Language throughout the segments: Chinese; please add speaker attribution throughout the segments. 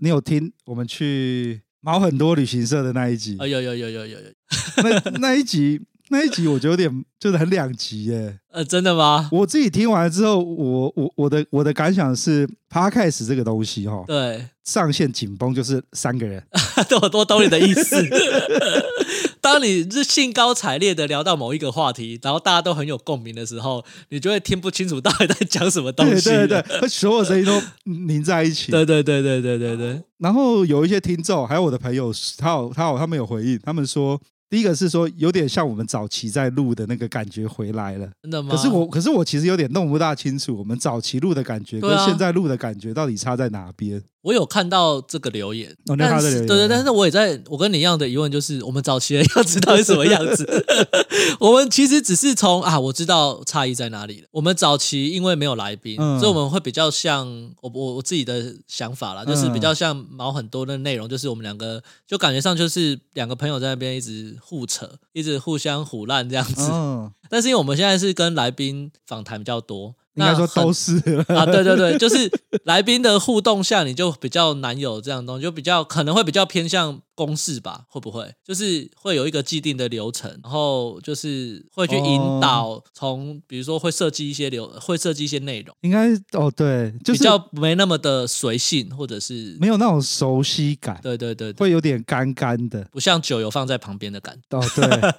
Speaker 1: 你有听我们去毛很多旅行社的那一集
Speaker 2: 哎？呦呦呦呦呦呦，
Speaker 1: 那那一集，那一集我觉得有点就是很两极耶、
Speaker 2: 呃，真的吗？
Speaker 1: 我自己听完之后，我我我的我的感想是 p o d c a s 这个东西哈、哦，
Speaker 2: 对，
Speaker 1: 上限紧绷就是三个人，
Speaker 2: 我都懂你的意思。 当你是兴高采烈的聊到某一个话题，然后大家都很有共鸣的时候，你就会听不清楚到底在讲什么东
Speaker 1: 对
Speaker 2: 西
Speaker 1: 对
Speaker 2: 了。
Speaker 1: 对，对所有声音都凝在一起。
Speaker 2: 对对对对对对对，
Speaker 1: 然后有一些听众，还有我的朋友，他有他有他们有回应，他们说，第一个是说有点像我们早期在录的那个感觉回来了，
Speaker 2: 真的吗？
Speaker 1: 可是我可是我其实有点弄不大清楚，我们早期录的感觉
Speaker 2: 对
Speaker 1: 跟
Speaker 2: 啊
Speaker 1: 现在录的感觉到底差在哪边？
Speaker 2: 我有看到这个留言，
Speaker 1: 哦你有看
Speaker 2: 但
Speaker 1: 到
Speaker 2: 是
Speaker 1: 这个留言
Speaker 2: 对对，但是我也在我跟你一样的疑问，就是我们早期的样子到底什么样子？ 我们其实只是从啊，我知道差异在哪里了。我们早期因为没有来宾，
Speaker 1: 嗯
Speaker 2: 所以我们会比较像我我我自己的想法啦，就是
Speaker 1: 嗯
Speaker 2: 比较像毛很多的内容，就是我们两个就感觉上就是两个朋友在那边一直互扯，一直互相胡烂这样子。
Speaker 1: 嗯，
Speaker 2: 但是因为我们现在是跟来宾访谈比较多，
Speaker 1: 应该说
Speaker 2: 那很
Speaker 1: 都是
Speaker 2: 啊，对对对，就是来宾的互动下，你就比较难有这样的东西，就比较可能会比较偏向公式吧，会不会？就是会有一个既定的流程，然后就是会去引导从，比如说会设计一些流，会设计一些内容，
Speaker 1: 应该哦，对，就是
Speaker 2: 比较没那么的随性，或者是
Speaker 1: 没有那种熟悉感，
Speaker 2: 对对对对，
Speaker 1: 会有点干干的。
Speaker 2: 不像酒有放在旁边的感觉。
Speaker 1: 哦， 对，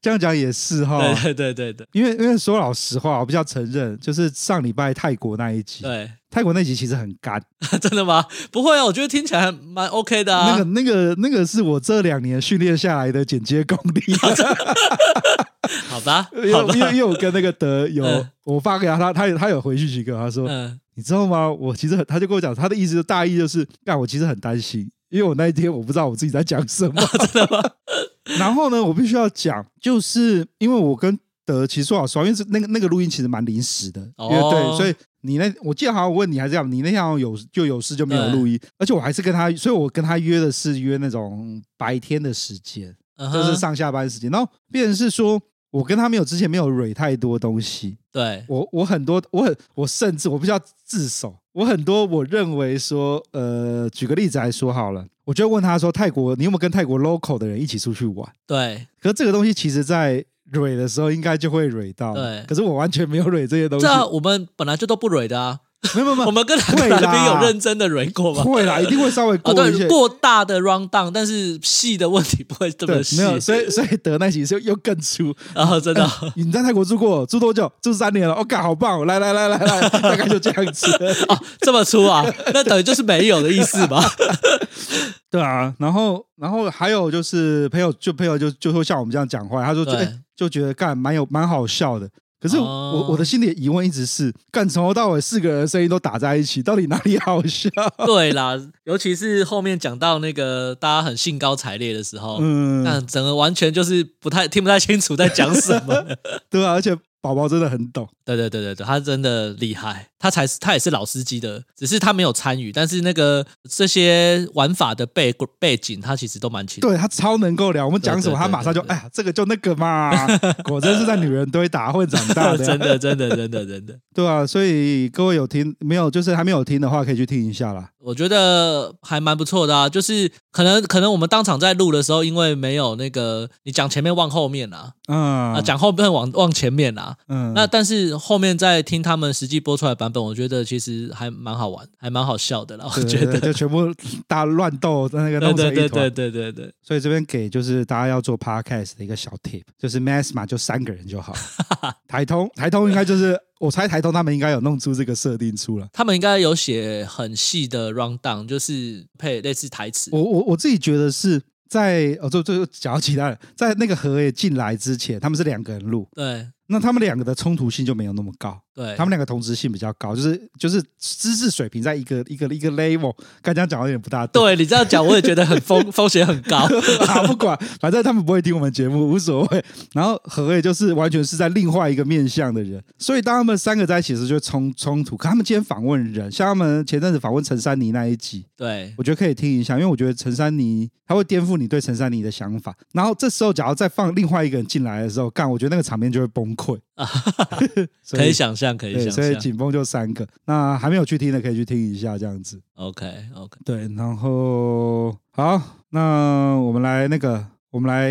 Speaker 1: 这样讲也是哈。
Speaker 2: 对对对对对
Speaker 1: 因为因为说老实话，我比较承认，就是上礼拜泰国那一集，
Speaker 2: 对，
Speaker 1: 泰国那集其实很干，
Speaker 2: 真的吗？不会啊，我觉得听起来还蛮 OK 的啊。
Speaker 1: 那个那个那个是我这两年训练下来的剪接功力。
Speaker 2: 好吧，
Speaker 1: 因为
Speaker 2: 好吧
Speaker 1: 因，为因为我跟那个德有
Speaker 2: 嗯，
Speaker 1: 我发给他，他他有他有回去几个，他说
Speaker 2: 嗯，
Speaker 1: 你知道吗？我其实很，他就跟我讲，他的意思就大意就是，干我其实很担心，因为我那一天我不知道我自己在讲什么，
Speaker 2: 啊真的吗？
Speaker 1: 然后呢，我必须要讲，就是因为我跟德其实说老实话，因为是那个那个录音其实蛮临时的，
Speaker 2: 哦
Speaker 1: 因为对，所以你那我记得好像我问你还是这样，你那天好像有就有事就没有录音，而且我还是跟他，所以我跟他约的是约那种白天的时间，
Speaker 2: 嗯
Speaker 1: 就是
Speaker 2: 哼
Speaker 1: 上下班时间，然后变成是说。我跟他没有之前没有蕊太多东西，
Speaker 2: 对，
Speaker 1: 我我很多我很我甚至我不需要自首，我很多我认为说，呃，举个例子来说好了，我就问他说，泰国你有没有跟泰国 local 的人一起出去玩？
Speaker 2: 对，
Speaker 1: 可是这个东西其实在蕊的时候应该就会蕊到，
Speaker 2: 对
Speaker 1: 可是我完全没有蕊这些东西
Speaker 2: 这，啊我们本来就都不蕊的啊，
Speaker 1: 没有没有没
Speaker 2: 我
Speaker 1: 有，
Speaker 2: 们跟
Speaker 1: 会
Speaker 2: 来
Speaker 1: 啦
Speaker 2: 宾有认真的蕊过吗？
Speaker 1: 会啦，一定会稍微
Speaker 2: 啊，
Speaker 1: 过一些。
Speaker 2: 对，过大的 round down，但是细的问题不会这
Speaker 1: 对
Speaker 2: 么，细
Speaker 1: 没有，所以所以德那集就又更粗。
Speaker 2: 啊，真的，
Speaker 1: 你在泰国住过，住多久？住三年了。哦，干，好棒！来来来来来，大概就这样子。
Speaker 2: 哦，这么粗啊，那等于就是没有的意思吧？
Speaker 1: 对啊，然后然后还有就是朋友，就朋友就就会像我们这样讲话，他说就、
Speaker 2: 对
Speaker 1: 哎就觉得干蛮有蛮好笑的。可是我、
Speaker 2: 哦
Speaker 1: 我的心里的疑问一直是，干从头到尾四个人的声音都打在一起，到底哪里好笑？
Speaker 2: 对啦，尤其是后面讲到那个大家很兴高采烈的时候，
Speaker 1: 嗯，
Speaker 2: 那整个完全就是不太听不太清楚在讲什么。
Speaker 1: 对啊，而且宝宝真的很懂，
Speaker 2: 对对对对对，他真的厉害，他才是他也是老司机的，只是他没有参与，但是那个这些玩法的背背景，他其实都蛮清楚。
Speaker 1: 对他超能够聊。我们讲什么，
Speaker 2: 对对
Speaker 1: 他马上就
Speaker 2: 对对
Speaker 1: 哎呀，这个就那个嘛。 果真是在女人堆打混长大的
Speaker 2: 真
Speaker 1: 呀，
Speaker 2: 的，真的，真的，真的。
Speaker 1: 对啊。所以各位有听没有？就是还没有听的话，可以去听一下啦。
Speaker 2: 我觉得还蛮不错的啊，就是可能可能我们当场在录的时候，因为没有那个你讲前面忘后面啦，
Speaker 1: 嗯
Speaker 2: 啊讲后面往忘前面啦，
Speaker 1: 嗯
Speaker 2: 那但是后面在听他们实际播出来的版本，我觉得其实还蛮好玩，还蛮好笑的啦， 我
Speaker 1: 对
Speaker 2: 觉
Speaker 1: 对
Speaker 2: 得。
Speaker 1: 就全部大家乱斗，在那个
Speaker 2: 对
Speaker 1: 弄成
Speaker 2: 对
Speaker 1: 一
Speaker 2: 对对
Speaker 1: 团。
Speaker 2: 对对对，
Speaker 1: 所以这边给就是大家要做 podcast 的一个小 tip，就是 mass 嘛，就三个人就 好。台通台通应该就是我猜台通他们应该有弄出这个设定出来。
Speaker 2: 他们应该有写很细的 round down，就是配类似台词。
Speaker 1: 我我我自己觉得是在哦，就就就讲到其他人，在那个河野进来之前，他们是两个人录，
Speaker 2: 对
Speaker 1: 那他们两个的冲突性就没有那么高，
Speaker 2: 对，
Speaker 1: 他们两个同质性比较高，就是就是知识水平在一个一个一个 level。刚才讲的有点不大
Speaker 2: 对你这样讲，我也觉得很 风风险很高。
Speaker 1: 啊，不管，反正他们不会听我们节目，无所谓。 然后何也就是完全是在另外一个面向的人，所以当他们三个在一起时就会冲冲突。可他们今天访问人，像他们前阵子访问陈珊妮那一集，
Speaker 2: 对，
Speaker 1: 我觉得可以听一下，因为我觉得陈珊妮她会颠覆你对陈珊妮的想法。然后这时候，假如再放另外一个人进来的时候，干，我觉得那个场面就会崩溃。所
Speaker 2: 可以想象，可以
Speaker 1: 对，
Speaker 2: 想
Speaker 1: 所以
Speaker 2: 象。
Speaker 1: 紧绷就三个。那还没有去听的可以去听一下，这样子。
Speaker 2: OK OK，
Speaker 1: 对，然后好，那我们来那个，我们来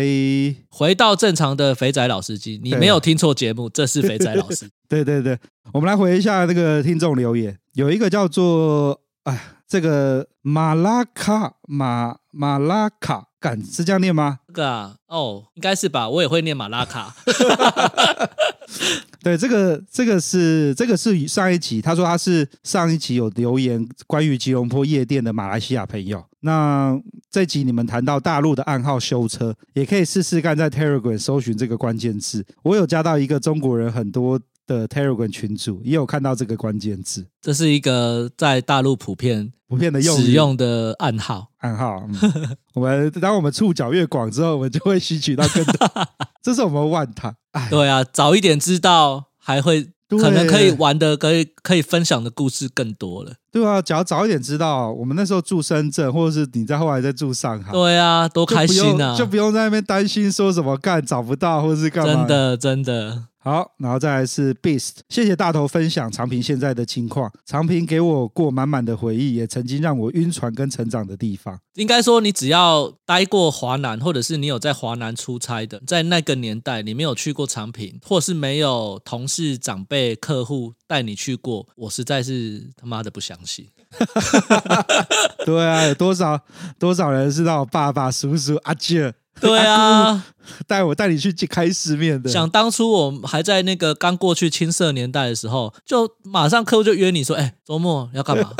Speaker 2: 回到正常的肥仔老司机，你
Speaker 1: 对啊
Speaker 2: 没有听错节目，这是肥仔老 司机。
Speaker 1: 对对对，我们来回一下那个听众留言，有一个叫做哎，这个马拉卡马马拉卡，敢是这样念吗？
Speaker 2: 这个啊，哦，应该是吧，我也会念马拉 卡。
Speaker 1: 对，这个这个是这个是上一集，他说他是上一集有留言关于吉隆坡夜店的马来西亚朋友。那这集你们谈到大陆的暗号修车，也可以试试看在 Telegram 搜寻这个关键字。我有加到一个中国人很多的 Telegram 群组，也有看到这个关键字，
Speaker 2: 这是一个在大陆普遍
Speaker 1: 普遍的用语
Speaker 2: 使用的暗号。
Speaker 1: 暗号。嗯、 我们当我们触角越广之后，我们就会吸取到更 多。这是我们万谈，哎，
Speaker 2: 对啊，早一点知道，还会
Speaker 1: 对
Speaker 2: 可能可以玩的、可以可以分享的故事更多了。
Speaker 1: 对啊，只要早一点知道，我们那时候住深圳，或者是你在后来在住上海，
Speaker 2: 对啊，
Speaker 1: 就
Speaker 2: 多
Speaker 1: 不
Speaker 2: 开心啊！
Speaker 1: 用就不用在那边担心说什么干找不到或是干嘛。
Speaker 2: 真的真的，
Speaker 1: 好，然后再来是 Beast，谢谢大头分享长平现在的情况。长平给我过满满的回忆，也曾经让我晕船跟成长的地方。
Speaker 2: 应该说你只要待过华南，或者是你有在华南出差的，在那个年代你没有去过长平，或是没有同事、长辈、客户带你去过，我实在是他妈的不相信。
Speaker 1: 对啊，有多少多少人是让我爸爸、叔叔、阿姐
Speaker 2: 对啊，
Speaker 1: 带我带你去开世面的。
Speaker 2: 想当初我们还在那个刚过去青涩年代的时候，就马上客户就约你说，哎、周末要干嘛？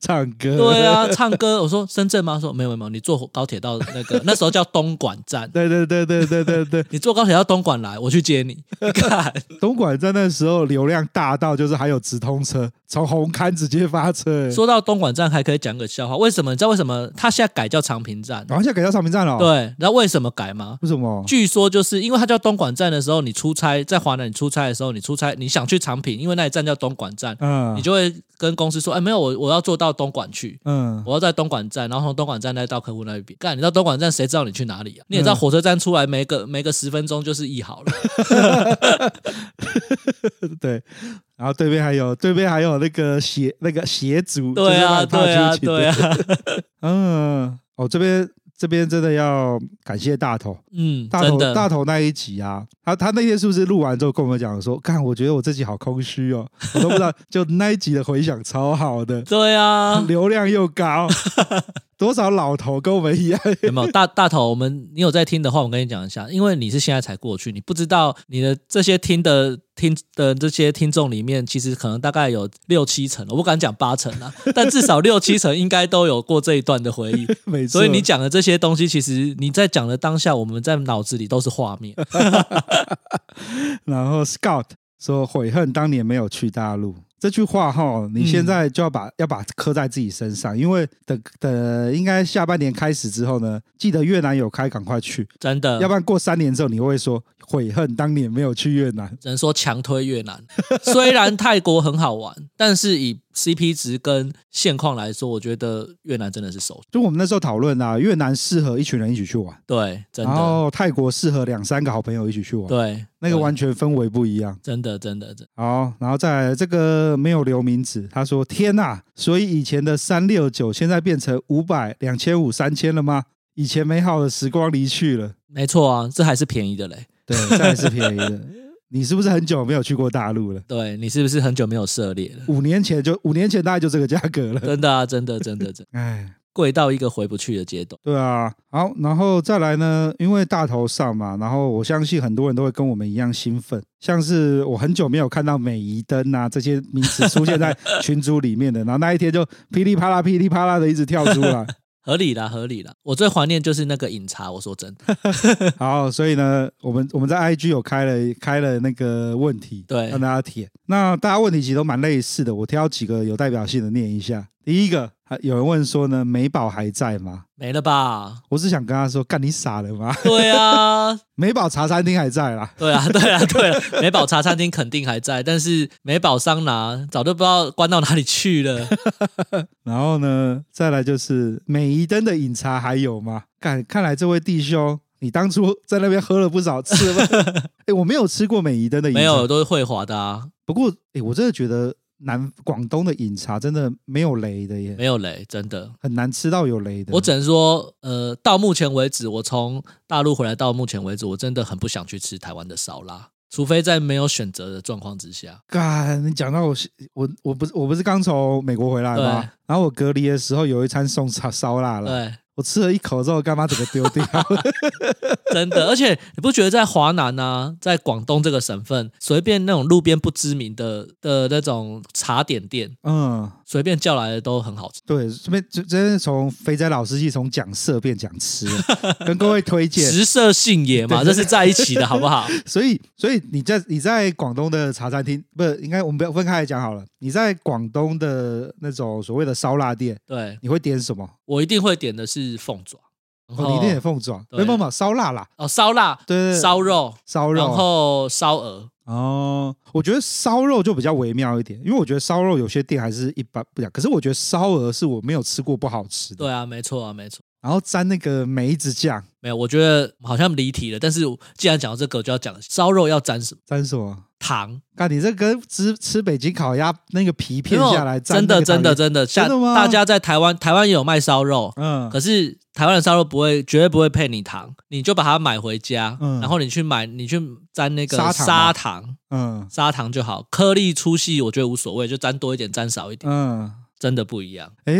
Speaker 1: 唱歌，
Speaker 2: 对啊，唱歌。我说深圳吗？说没有没有没有，你坐高铁到那个那时候叫东莞站，
Speaker 1: 对对对对对对对，
Speaker 2: 你坐高铁到东莞来，我去接你。 看，
Speaker 1: 东莞在那时候流量大到就是还有直通车，从红磡直接发车、欸。
Speaker 2: 说到东莞站，还可以讲个笑话。为什么？你知道为什么它现在改叫长平站？
Speaker 1: 然后现在改叫长平站了、，哦
Speaker 2: 对，你知道为什么改吗？
Speaker 1: 为什么？
Speaker 2: 据说就是因为它叫东莞站的时候，你出差在华南，你出差的时候，你出差你想去长平，因为那一站叫东莞站，
Speaker 1: 嗯，
Speaker 2: 你就会跟公司说，哎，没有，我我要坐到东莞去。
Speaker 1: 嗯，
Speaker 2: 我要在东莞站，然后从东莞站再到客户那边。干，你到东莞站，谁知道你去哪
Speaker 1: 嗯
Speaker 2: 里啊？你也知道火车站出来，每个每个十分钟就是一好了。
Speaker 1: 对。然后对面还有对面还有那个鞋那个鞋族，
Speaker 2: 对啊，
Speaker 1: 就是
Speaker 2: 对
Speaker 1: 卖
Speaker 2: 啊，
Speaker 1: 帕丘奇的
Speaker 2: 对。啊。
Speaker 1: 嗯，哦，这边这边真的要感谢大头，
Speaker 2: 嗯，
Speaker 1: 大
Speaker 2: 真
Speaker 1: 头大
Speaker 2: 的，
Speaker 1: 头那一集啊，他他那天是不是录完之后跟我们讲说，看我觉得我自己好空虚哦，我都不知 道，就那一集的回响超好的，
Speaker 2: 对啊。
Speaker 1: 流量又 高，多少老头跟我们一样，
Speaker 2: 有没有大大头？我们你有在听的话，我跟你讲一下，因为你是现在才过去，你不知道你的这些听的听的这些听众里面，其实可能大概有六七成，我不敢讲八成啊， 但至少六七成应该都有过这一段的回忆。
Speaker 1: 没错。
Speaker 2: 所以你讲的这些东西，其实你在讲的当下，我们在脑子里都是画 面。
Speaker 1: 然后 Scout 说悔恨当年没有去大陆。这句话哈，你现
Speaker 2: 嗯
Speaker 1: 在就要把、要把刻在自己身上，因为等等，应该下半年开始之后呢，记得越南有开，赶快去，
Speaker 2: 真的，
Speaker 1: 要不然过三年之后你会说悔恨当年没有去越南。
Speaker 2: 只能说强推越南。虽然泰国很好玩，但是以 CP 值跟现况来说，我觉得越南真的是首选。
Speaker 1: 就我们那时候讨论啊，越南适合一群人一起去玩，
Speaker 2: 对，真
Speaker 1: 然
Speaker 2: 的，
Speaker 1: 后泰国适合两三个好朋友一起去玩，
Speaker 2: 对，
Speaker 1: 那个
Speaker 2: 对
Speaker 1: 完全氛围不一样。
Speaker 2: 真的，真的，真的
Speaker 1: 好，然后再来这个没有留名字，他说：“天呐、所以以前的三六九现在变成五百、两千五、三千了吗？以前美好的时光离去了。
Speaker 2: 没错啊，这还是便宜的嘞。”
Speaker 1: 对，这还是便宜的。你是不是很久没有去过大陆了？
Speaker 2: 对你是不是很久没有涉猎了？
Speaker 1: 五年前就五年前大概就这个价格了。
Speaker 2: 真的啊，真的，真的，真的
Speaker 1: 哎，
Speaker 2: 贵到一个回不去的阶段。
Speaker 1: 对啊，好，然后再来呢，因为大头上嘛，然后我相信很多人都会跟我们一样兴奋，像是我很久没有看到美宜灯啊这些名词出现在群组里面的，然后那一天就噼里啪啦噼里啪啦的一直跳出来。
Speaker 2: 合理啦，合理啦。我最怀念就是那个饮茶，我说真的，
Speaker 1: 好，所以呢，我们我们在 IG 有开了开了那个问题，
Speaker 2: 对
Speaker 1: 让大家填。那大家问题其实都蛮类似的，我挑几个有代表性的念一下。第一个，还有人问说呢，美宝还在吗？
Speaker 2: 没了吧？
Speaker 1: 我是想跟他说，干你傻了吗？
Speaker 2: 对啊，
Speaker 1: 美宝茶餐厅还在啦，
Speaker 2: 对啊，对啊，对啊。美宝茶餐厅肯定还在，但是美宝桑拿早就不知道关到哪里去了。
Speaker 1: 然后呢，再来就是美宜登的饮茶还有吗？看，看来这位弟兄，你当初在那边喝了不少次了。 哎、我没有吃过美宜登的饮茶，
Speaker 2: 没有，都是惠华的啊，
Speaker 1: 不过，哎、我真的觉得南广东的饮茶真的没有雷的耶，
Speaker 2: 没有嘞，真的。
Speaker 1: 很难吃到有雷的。
Speaker 2: 我只能说，呃，到目前为止，我从大陆回来到目前为止，我真的很不想去吃台湾的烧腊，除非在没有选择的状况之下。
Speaker 1: 干，你讲到我是，我我不是我不是刚从美国回来
Speaker 2: 对
Speaker 1: 吗？然后我隔离的时候有一餐送烧烧腊了，
Speaker 2: 对，
Speaker 1: 我吃了一口之后，干妈整个丢掉。
Speaker 2: 真的，而且你不觉得在华南啊， 在广东这个省份，随便那种路边不知名的的那种茶点店，
Speaker 1: 嗯，
Speaker 2: 随便叫来的都很好吃。
Speaker 1: 对，这边这真是从肥仔老司机从讲色变讲吃了，跟各位推荐。
Speaker 2: 食色性也嘛，这是在一起的好不好？
Speaker 1: 所以，所以你在你在广东的茶餐厅，不是应该我们不要分开来讲好了。你在广东的那种所谓的烧腊店，
Speaker 2: 对
Speaker 1: 你会点什么？
Speaker 2: 我一定会点的是凤爪，然
Speaker 1: 哦，你一
Speaker 2: 后
Speaker 1: 定也凤爪，
Speaker 2: 对
Speaker 1: 没办法，烧腊啦，
Speaker 2: 哦烧腊、
Speaker 1: 对对，对
Speaker 2: 烧肉，
Speaker 1: 烧
Speaker 2: 然
Speaker 1: 肉。啊
Speaker 2: 后烧鹅。
Speaker 1: 哦，我觉得烧肉就比较微妙一点，因为我觉得烧肉有些店还是一般不讲，可是我觉得烧鹅是我没有吃过不好吃的。
Speaker 2: 对啊，没错啊，没错。
Speaker 1: 然后沾那个梅子酱，
Speaker 2: 没有，我觉得好像离题了。但是既然讲到这个，就要讲烧肉要沾什么
Speaker 1: 沾什么？
Speaker 2: 糖。
Speaker 1: 看你这跟吃吃北京烤鸭那个皮片
Speaker 2: 因为我
Speaker 1: 下来，沾
Speaker 2: 真的
Speaker 1: 那个
Speaker 2: 真的
Speaker 1: 糖
Speaker 2: 真的，像
Speaker 1: 真的吗
Speaker 2: 大家在台湾，台湾也有卖烧肉，
Speaker 1: 嗯，
Speaker 2: 可是台湾的烧肉不会，绝对不会配你糖，你就把它买回家，
Speaker 1: 嗯
Speaker 2: 然后你去买，你去沾那个
Speaker 1: 砂糖吗
Speaker 2: 砂糖，
Speaker 1: 嗯
Speaker 2: 砂糖就好，颗粒粗细我觉得无所谓，就沾多一点，沾少一点，
Speaker 1: 嗯，
Speaker 2: 真的不一样。
Speaker 1: 哎，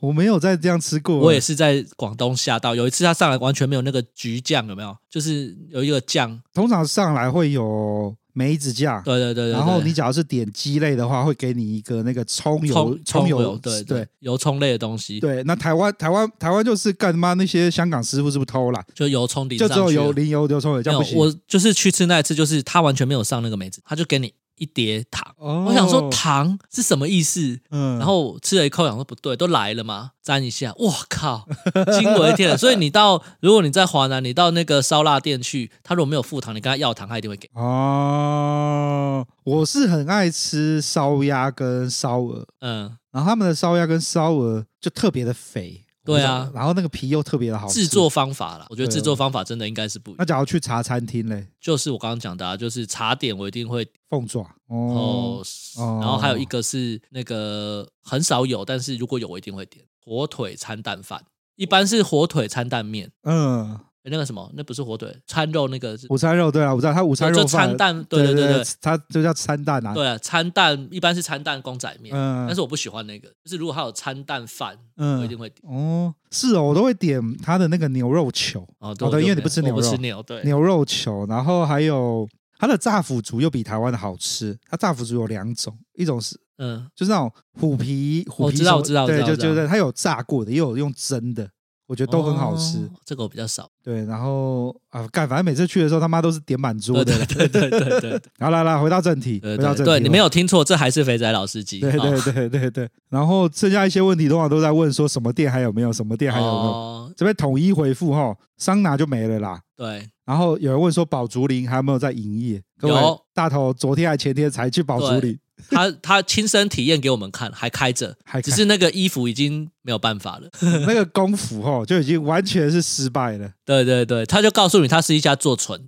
Speaker 1: 我没有再这样吃过，
Speaker 2: 我也是在广东吓到，有一次他上来完全没有那个橘酱，有没有？就是有一个酱，
Speaker 1: 通常上来会有梅子酱，
Speaker 2: 对对对对对
Speaker 1: 然后你假如是点鸡类的话，会给你一个那个葱油
Speaker 2: 葱葱
Speaker 1: 油
Speaker 2: 油，对
Speaker 1: 对
Speaker 2: 对，油葱类的东西，
Speaker 1: 对，那台湾台湾台湾就是干嘛？那些香港师傅是不是偷懒？
Speaker 2: 就油葱淋
Speaker 1: 就
Speaker 2: 上去
Speaker 1: 只有油
Speaker 2: 了。
Speaker 1: 零油刘葱油，这
Speaker 2: 没
Speaker 1: 样
Speaker 2: 有
Speaker 1: 不，行。
Speaker 2: 我就是去吃那一次，就是他完全没有上那个梅子，他就给你一碟糖。
Speaker 1: 哦
Speaker 2: 我想说，糖是什么意思？
Speaker 1: 嗯
Speaker 2: 然后我吃了一口，想说不对，都来了嘛，沾一下，哇靠， 惊为天人。所以你到，如果你在华南，你到那个烧腊店去，他如果没有附糖，你跟他要糖，他一定会给。
Speaker 1: 嗯哦，我是很爱吃烧鸭跟烧鹅，
Speaker 2: 嗯，
Speaker 1: 然后他们的烧鸭跟烧鹅就特别的肥，
Speaker 2: 对
Speaker 1: 我
Speaker 2: 啊
Speaker 1: 不知道然后那个皮又特别的好吃
Speaker 2: 制作。方法啦，我觉得
Speaker 1: 对
Speaker 2: 制作方法真的应该是不一
Speaker 1: 那
Speaker 2: 样。
Speaker 1: 假如去茶餐厅嘞，
Speaker 2: 就是我刚刚讲的，啊，就是茶点我一定会
Speaker 1: 凤爪
Speaker 2: 哦
Speaker 1: 哦，，哦
Speaker 2: 然后还有一个是那个很少有，但是如果有我一定会点火腿餐蛋饭，一般是火腿餐蛋面。
Speaker 1: 嗯，
Speaker 2: 诶那个什么，那不是火腿，餐肉那个是
Speaker 1: 午餐肉对啊，我知道它午餐
Speaker 2: 就
Speaker 1: 肉饭
Speaker 2: 餐，蛋，对
Speaker 1: 对
Speaker 2: 对对
Speaker 1: 对，它就叫餐蛋啊，
Speaker 2: 对啊，餐蛋一般是餐蛋公仔面，
Speaker 1: 嗯，
Speaker 2: 但是我不喜欢那个，就是如果它有餐蛋饭，
Speaker 1: 嗯
Speaker 2: 我一定会点。
Speaker 1: 哦，是哦，我都会点它的那个牛肉球，
Speaker 2: 哦，
Speaker 1: 哦对
Speaker 2: 我就
Speaker 1: 因为你不
Speaker 2: 没
Speaker 1: 吃牛
Speaker 2: 我不
Speaker 1: 肉
Speaker 2: 吃牛，对，
Speaker 1: 牛肉球，然后还有它的炸腐竹又比台湾的好吃。它炸腐竹有两种，一种是
Speaker 2: 嗯，
Speaker 1: 就是那种虎皮，虎
Speaker 2: 我
Speaker 1: 皮
Speaker 2: 哦知道
Speaker 1: 什么
Speaker 2: 我知道我知
Speaker 1: 对，
Speaker 2: 道
Speaker 1: 就
Speaker 2: 我知道
Speaker 1: 就对，它有炸过的，也有用蒸的，我觉得都很好吃。
Speaker 2: 哦这个我比 较少，
Speaker 1: 对，然后啊，干，反正每次去的时候他妈都是点满桌
Speaker 2: 对
Speaker 1: 的。
Speaker 2: 对对对对 对
Speaker 1: 好，来来，回到正题，
Speaker 2: 对
Speaker 1: 回到
Speaker 2: 对
Speaker 1: 正
Speaker 2: 对，
Speaker 1: 题，
Speaker 2: 对你没。有听错，这还是肥仔老司机。
Speaker 1: 对
Speaker 2: 哦
Speaker 1: 对对对对，然后剩下一些问题通常都在问说什么店还有没有，什么店还有没有？
Speaker 2: 哦，
Speaker 1: 这边统一回复哈，桑拿就没了啦。
Speaker 2: 对，
Speaker 1: 然后有人问说宝竹林还有没有在营业？各位
Speaker 2: 有
Speaker 1: 大头昨天还前天才去宝竹林，
Speaker 2: 他他亲身体验给我们看，还开着，
Speaker 1: 还
Speaker 2: 只
Speaker 1: 看
Speaker 2: 是那个衣服已经没有办法了。
Speaker 1: 那个功夫哦，就已经完全是失败了。
Speaker 2: 对对对，他就告诉你，他是一家做 纯。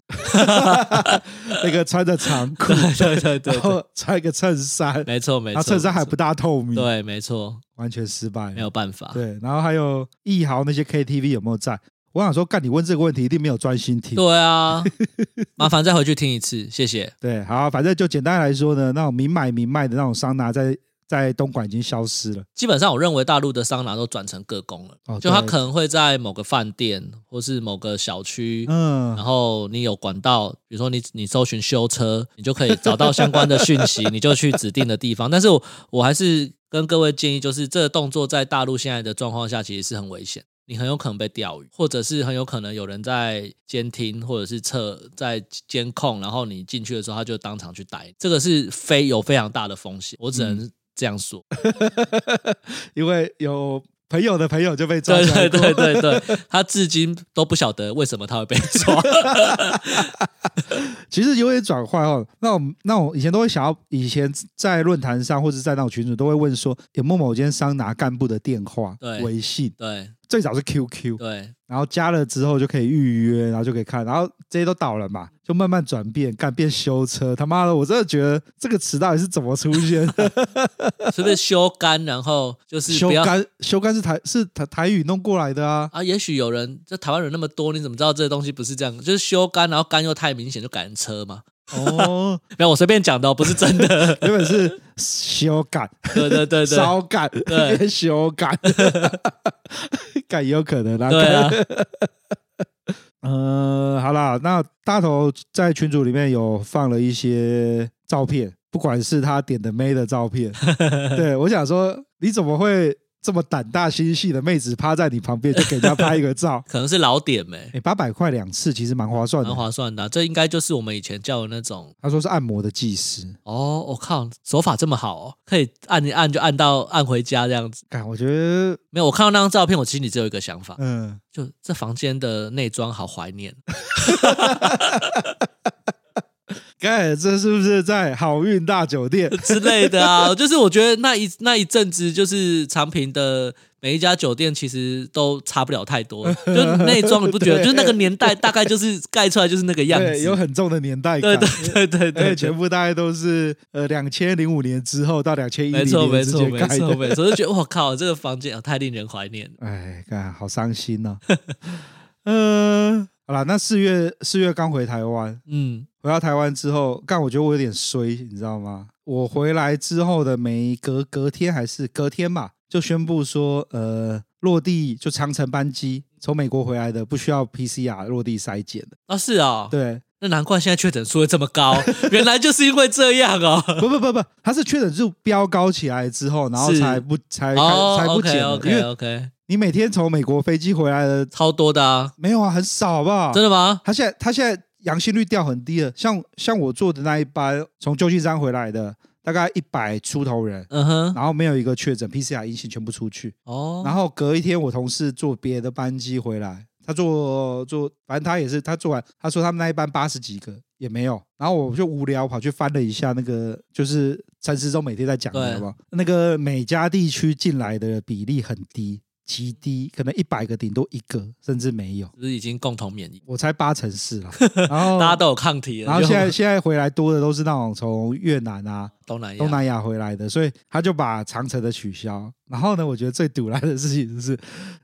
Speaker 1: 那个穿着长裤，
Speaker 2: 对对对对
Speaker 1: 然
Speaker 2: 对，
Speaker 1: 后穿一个衬衫，
Speaker 2: 没错没
Speaker 1: 然
Speaker 2: 错，
Speaker 1: 后衬衫还
Speaker 2: 没错
Speaker 1: 不大透明，
Speaker 2: 对，没错，
Speaker 1: 完全失败
Speaker 2: 没有
Speaker 1: 了。
Speaker 2: 办法。
Speaker 1: 对，然后还有艺豪那些 KTV 有没有在？我想说，干你问这个问题一定没有专心听。
Speaker 2: 对啊，麻烦再回去听一次， 谢谢。
Speaker 1: 对，好，反正就简单来说呢，那种明买明卖的那种桑拿在在东莞已经消失了。
Speaker 2: 基本上，我认为大陆的桑拿都转成个工了，
Speaker 1: 哦
Speaker 2: 就他
Speaker 1: 对
Speaker 2: 可能会在某个饭店或是某个小区，
Speaker 1: 嗯
Speaker 2: 然，后你有管道，比如说你你搜寻修车，你就可以找到相关的讯息，你就去指定的地方。但是我我还是跟各位建议，就是这个动作在大陆现在的状况下，其实是很危险。你很有可能被钓鱼，或者是很有可能有人在监听或者是测在监控，然后你进去的时候他就当场去逮，这个是非有非常大的风险，我只能这样说。
Speaker 1: 因为有朋友的朋友就被抓
Speaker 2: 对
Speaker 1: 起来过
Speaker 2: 对对对对，他至今都不晓得为什么他会被抓。
Speaker 1: 其实有点转换哦。那我们那我以前都会想要，以前在论坛上或者在那种群组都会问说，有没有某间商拿干部的电话、
Speaker 2: 对
Speaker 1: 微信？
Speaker 2: 对
Speaker 1: 最早是 QQ，
Speaker 2: 对
Speaker 1: 然后加了之后就可以预约，然后就可以看，然后这些都倒了嘛，就慢慢转变，干变修车。他妈的，我真的觉得这个词到底是怎么出现的？
Speaker 2: 是不是修干，然后 就是
Speaker 1: 呃修
Speaker 2: 不要
Speaker 1: 干修干是台是台台语弄过来的啊。
Speaker 2: 啊？也许有人，这台湾人那么多，你怎么知道这东西不是这样？就是修干，然后干又太明显，就改成车嘛？
Speaker 1: 哦，
Speaker 2: 没有，我随便讲的哦，不是真的。
Speaker 1: 原本是修干，
Speaker 2: 对对对对，
Speaker 1: 烧干，
Speaker 2: 对
Speaker 1: 变 修干，干也有可能啊。
Speaker 2: 对啊，？
Speaker 1: 呃，好啦，那大头在群组里面有放了一些照片，不管是他点的妹的照片，对我想说，你怎么会这么胆大心细的妹子趴在你旁边就给人家拍一个照
Speaker 2: 可能是老点没，
Speaker 1: 哎，八百块两次其实蛮划算的
Speaker 2: 蛮。划算的啊、这应该就是我们以前叫的那种。
Speaker 1: 他说是按摩的技师，
Speaker 2: 哦，我、靠，手法这么好哦，可以按一按就按到按回家这样子。
Speaker 1: 干，我觉 得，
Speaker 2: 没有，我看到那张照片，我心里只有一个想法，
Speaker 1: 嗯，
Speaker 2: 就这房间的内装好怀念。
Speaker 1: 干，这是不是在好运大酒 店？
Speaker 2: 之类的啊，就是我觉得那一那一阵子，就是长平的每一家酒店其实都差不了太多，就内装你不觉得？
Speaker 1: 对
Speaker 2: 就是那个年代大概就是盖出来就是那个样
Speaker 1: 对，
Speaker 2: 子，
Speaker 1: 有很重的年代
Speaker 2: 对
Speaker 1: 感。而
Speaker 2: 对对对
Speaker 1: 且
Speaker 2: 对
Speaker 1: 全
Speaker 2: 对，
Speaker 1: 部大概都是呃两千零五年之后到两千一
Speaker 2: 没
Speaker 1: 零
Speaker 2: 错没
Speaker 1: 年之
Speaker 2: 错
Speaker 1: 间
Speaker 2: 没
Speaker 1: 盖
Speaker 2: 错
Speaker 1: 的，
Speaker 2: 没错，就觉得我靠，这个房间啊太令人怀念了。
Speaker 1: 哎，看好伤心 呐、嗯，好啦，那四月四月刚回台湾，
Speaker 2: 嗯，
Speaker 1: 回到台湾之后，干我觉得我有点衰，你知道吗？我回来之后的每隔隔天还是隔天吧，就宣布说，呃，落地就长程班机从美国回来的不需要 PCR 落地筛检的。
Speaker 2: 啊是啊、哦，
Speaker 1: 对，
Speaker 2: 那难怪现在确诊数会这么高， 原来就是因为这样哦。
Speaker 1: 不不不不，它是确诊数飙高起来之后，然后
Speaker 2: 是
Speaker 1: 才不才开、
Speaker 2: 哦
Speaker 1: 才不
Speaker 2: ，OK
Speaker 1: 检的，因
Speaker 2: OK
Speaker 1: 为
Speaker 2: OK，
Speaker 1: 你每天从美国飞机回来的
Speaker 2: 超多的啊，
Speaker 1: 没有啊，很少好不好？
Speaker 2: 真的吗？
Speaker 1: 他现在他现在阳性率掉很低了，像像我做的那一班从旧金山回来的，大概一百出头人，
Speaker 2: 嗯哼，
Speaker 1: 然后没有一个确诊，PCR 阴性全部出去。然
Speaker 2: 哦，
Speaker 1: 后隔一天，我同事坐别的班机回来，他坐坐，反正他也是他做完，他说他们那一班八十几个也没有。然后我就无聊跑去翻了一下那个，就是陈时中每天在讲的，
Speaker 2: 对
Speaker 1: 好不好？那个每家地区进来的比例很低，极低，可能一百个顶多一个，甚至没有。
Speaker 2: 就是已经共同免疫，
Speaker 1: 我才八成是 啦，然后
Speaker 2: 大家都有抗体了，
Speaker 1: 哦然后
Speaker 2: 就
Speaker 1: 现在现在回来多的都是那种从越南啊、
Speaker 2: 东南亚，
Speaker 1: 东南亚回来的，所以他就把长城的取消。然后呢，我觉得最堵来的事情就是，